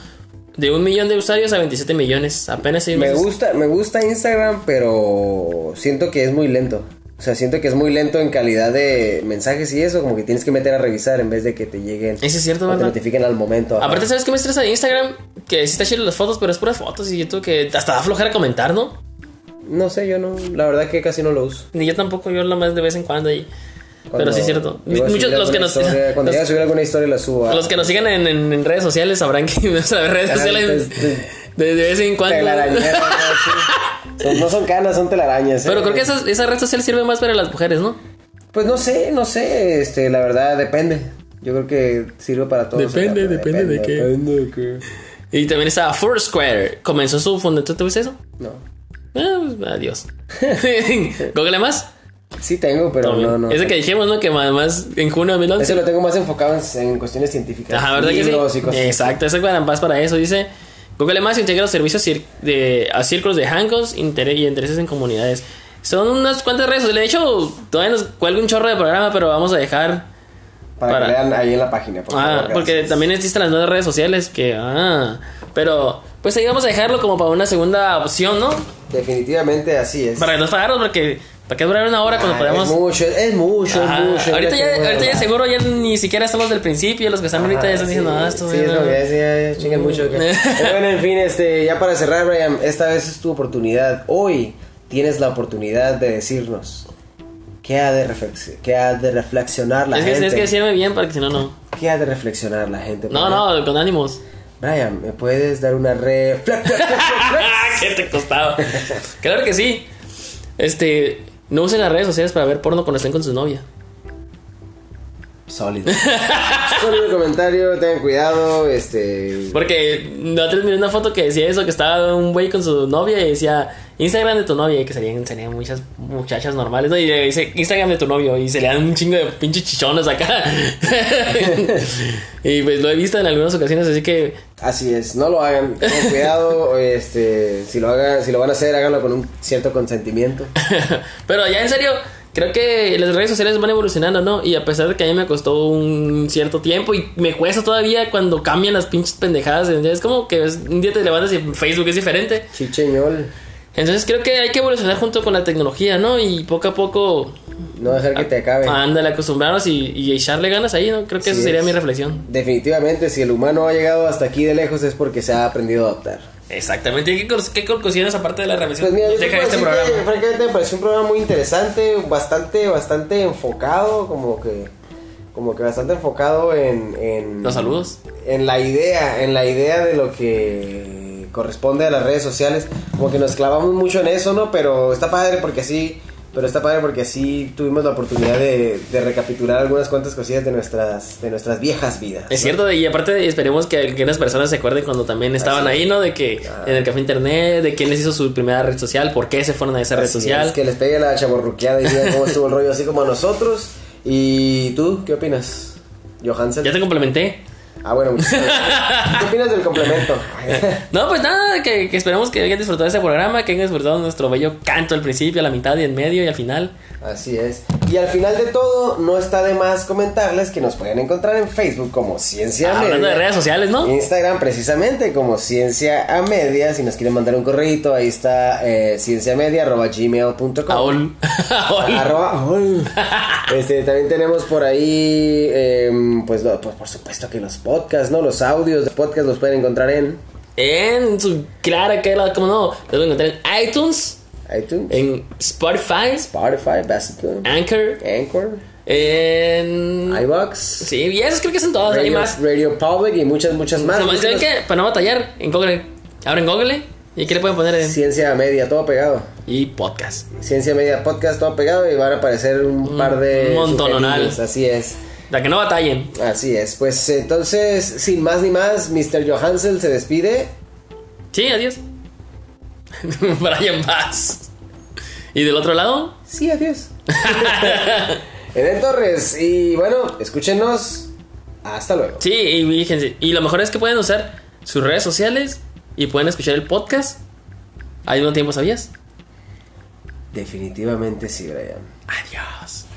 Speaker 2: de un millón de usuarios a 27 millones. Apenas seis
Speaker 1: Me
Speaker 2: meses.
Speaker 1: gusta, me gusta Instagram, pero siento que es muy lento. O sea, siento que es muy lento en calidad de mensajes y eso, como que tienes que meter a revisar en vez de que te lleguen.
Speaker 2: Eso es cierto,
Speaker 1: o te
Speaker 2: ¿verdad?
Speaker 1: notifiquen al momento. ajá.
Speaker 2: Aparte, ¿sabes qué me estresa de Instagram? Que sí está chido las fotos, pero es puras fotos y yo tengo que hasta da flojera comentar, ¿no?
Speaker 1: No sé, yo no, la verdad que casi no lo uso.
Speaker 2: Ni yo tampoco, yo lo más de vez en cuando y...
Speaker 1: Cuando
Speaker 2: pero sí es cierto.
Speaker 1: llego a
Speaker 2: Muchos
Speaker 1: subir
Speaker 2: los que
Speaker 1: alguna
Speaker 2: nos...
Speaker 1: historia- cuando
Speaker 2: los-
Speaker 1: llegue a subir alguna historia la subo. a-
Speaker 2: Los que nos siguen en, en- en redes sociales sabrán que o sea, las redes
Speaker 1: Ah,
Speaker 2: sociales
Speaker 1: te- te-
Speaker 2: de, de vez en cuando.
Speaker 1: telarañeras, ¿no? Sí. Son- no son canas, son telarañas. ¿eh?
Speaker 2: Pero creo que esa, esa red social sirve más para las mujeres, ¿no?
Speaker 1: Pues no sé, no sé, este, la verdad depende. Yo creo que sirve para todo.
Speaker 2: Depende, depende de qué.
Speaker 1: Depende de qué.
Speaker 2: Y también está Foursquare. Comenzó su fundación. ¿Tú te viste eso?
Speaker 1: No.
Speaker 2: Ah, pues, adiós. Google más.
Speaker 1: Sí tengo, pero no, no.
Speaker 2: Es de que dijimos, ¿no? Que más, más en junio de 2011.
Speaker 1: Ese lo tengo más enfocado en, en cuestiones científicas.
Speaker 2: Ajá, ¿verdad que sí?
Speaker 1: Libros y cosas.
Speaker 2: Exacto, eso es para, más para eso. Dice, Google Maps integra los servicios cir- de, a círculos de Hangouts inter- y intereses en comunidades. Son unas cuantas redes sociales. De hecho, todavía nos cuelga un chorro de programa, pero vamos a dejar...
Speaker 1: Para,
Speaker 2: para-
Speaker 1: que lean ahí en la página. Por
Speaker 2: ah,
Speaker 1: favor,
Speaker 2: porque
Speaker 1: gracias.
Speaker 2: también existen las nuevas redes sociales que... Ah, pero... Pues ahí vamos a dejarlo como para una segunda opción, ¿no?
Speaker 1: Definitivamente así es.
Speaker 2: Para que nos pagaros, porque... ¿Para qué durar una hora cuando
Speaker 1: Ah,
Speaker 2: podemos...?
Speaker 1: Es mucho, es mucho,
Speaker 2: Ajá,
Speaker 1: es mucho.
Speaker 2: ahorita ya,
Speaker 1: Mira,
Speaker 2: ahorita ya
Speaker 1: bueno.
Speaker 2: seguro ya ni siquiera estamos del principio, los que están ahorita ya
Speaker 1: Ah,
Speaker 2: están diciendo,
Speaker 1: sí,
Speaker 2: ah, esto
Speaker 1: sí,
Speaker 2: ya
Speaker 1: es
Speaker 2: no-
Speaker 1: lo que es, ya, ya chingan mucho. ok. Pero bueno, en fin, este, ya para cerrar, Brian, esta vez es tu oportunidad. Hoy tienes la oportunidad de decirnos qué ha de, reflex- qué ha de reflexionar la
Speaker 2: Es que
Speaker 1: gente.
Speaker 2: tienes que decirme bien para que si no, no.
Speaker 1: ¿Qué ha de reflexionar la gente?
Speaker 2: No,
Speaker 1: Brian?
Speaker 2: no, con ánimos.
Speaker 1: Brian, ¿me puedes dar una reflexión?
Speaker 2: ¿Qué te costaba? claro que sí. Este, no usen las redes sociales para ver porno cuando estén con su novia.
Speaker 1: Sólido. Sólido comentario, tengan cuidado, este...
Speaker 2: Porque no te miré una foto que decía eso, que estaba un güey con su novia y decía Instagram de tu novia y que salían, salían muchas muchachas normales, ¿no? Y le dice Instagram de tu novio y se le dan un chingo de pinches chichones acá. y pues lo he visto en algunas ocasiones, así que
Speaker 1: Así es, no lo hagan, tengan cuidado, este, si lo hagan, si lo van a hacer, háganlo con un cierto consentimiento.
Speaker 2: Pero ya en serio, creo que las redes sociales van evolucionando, ¿no? Y a pesar de que a mí me costó un cierto tiempo y me cuesta todavía cuando cambian las pinches pendejadas, ¿entendés? es como que es- un día te levantas y Facebook es diferente.
Speaker 1: Chicheñol,
Speaker 2: Entonces creo que hay que evolucionar junto con la tecnología, ¿no? Y poco a poco,
Speaker 1: no dejar que te acabe.
Speaker 2: ándale, acostumbrarnos y, y echarle ganas ahí, ¿no? Creo que
Speaker 1: Así
Speaker 2: esa sería
Speaker 1: es.
Speaker 2: mi reflexión.
Speaker 1: Definitivamente, si el humano ha llegado hasta aquí de lejos es porque se ha aprendido a adaptar.
Speaker 2: Exactamente. ¿Qué, cos- qué conclusiones aparte de la reflexión
Speaker 1: Pues mira, yo te
Speaker 2: deja
Speaker 1: puedo
Speaker 2: este
Speaker 1: decir que,
Speaker 2: programa?
Speaker 1: francamente me pareció un programa muy interesante, bastante, bastante enfocado, como que, como que bastante enfocado en, en
Speaker 2: Los saludos.
Speaker 1: en la idea, en la idea de lo que corresponde a las redes sociales, como que nos clavamos mucho en eso, ¿no? Pero está padre porque así Pero está padre porque así tuvimos la oportunidad de, de recapitular algunas cuantas cosillas de nuestras, de nuestras viejas vidas.
Speaker 2: Es cierto, y aparte esperemos que algunas personas se acuerden cuando también estaban
Speaker 1: Así
Speaker 2: ahí, ¿no? De que
Speaker 1: Ah.
Speaker 2: en el café internet, de quién les hizo su primera red social, por qué se fueron a esa red
Speaker 1: Así
Speaker 2: social.
Speaker 1: Es que les pegue la chaborruqueada y digan cómo estuvo el rollo, así como a nosotros. ¿Y tú qué opinas, Johansen?
Speaker 2: Ya te complementé.
Speaker 1: Ah, bueno, muchísimas gracias. ¿qué opinas del complemento?
Speaker 2: No, pues nada, que, que esperemos que hayan disfrutado de este programa, que hayan disfrutado nuestro bello canto al principio, a la mitad y en medio y al final.
Speaker 1: Así es. Y al final de todo, no está de más comentarles que nos pueden encontrar en Facebook como Ciencia Media.
Speaker 2: Ah, Hablando de redes sociales, ¿no?
Speaker 1: Instagram precisamente como Ciencia a Media. Si nos quieren mandar un correito, ahí está eh, cienciamedia.gmail.com.
Speaker 2: Aol. Aol.
Speaker 1: Arroba, uy. Este, también tenemos por ahí, em, pues, lo- pues, por supuesto que los podcasts, ¿no? Los audios de podcast los pueden encontrar en
Speaker 2: En su clara que era, ¿cómo no? Lo pueden encontrar en iTunes,
Speaker 1: iTunes,
Speaker 2: en Spotify,
Speaker 1: Spotify, Bastion,
Speaker 2: Anchor,
Speaker 1: Anchor,
Speaker 2: en.
Speaker 1: iBox,
Speaker 2: Sí, y esas creo que son todas, hay
Speaker 1: Radio,
Speaker 2: más.
Speaker 1: Radio Public y muchas, muchas más.
Speaker 2: Nada más, ¿Saben qué? Para no batallar, en Google. Abren Google eh, y aquí le pueden poner en.
Speaker 1: Ciencia Media, todo pegado.
Speaker 2: Y podcast.
Speaker 1: Ciencia Media Podcast, todo pegado y van a aparecer un par de...
Speaker 2: un montononal.
Speaker 1: sugeridos, Así es.
Speaker 2: Para que no batallen.
Speaker 1: Así es, pues entonces, sin más ni más, Mr. Johansel se despide.
Speaker 2: Sí, adiós. Brian Bass. Y del otro lado,
Speaker 1: Sí, adiós. Eden Torres, y bueno, escúchenos. Hasta luego.
Speaker 2: sí, y fíjense. Y lo mejor es que pueden usar sus redes sociales y pueden escuchar el podcast. Al mismo tiempo, ¿sabías?
Speaker 1: Definitivamente sí, Brian.
Speaker 2: Adiós.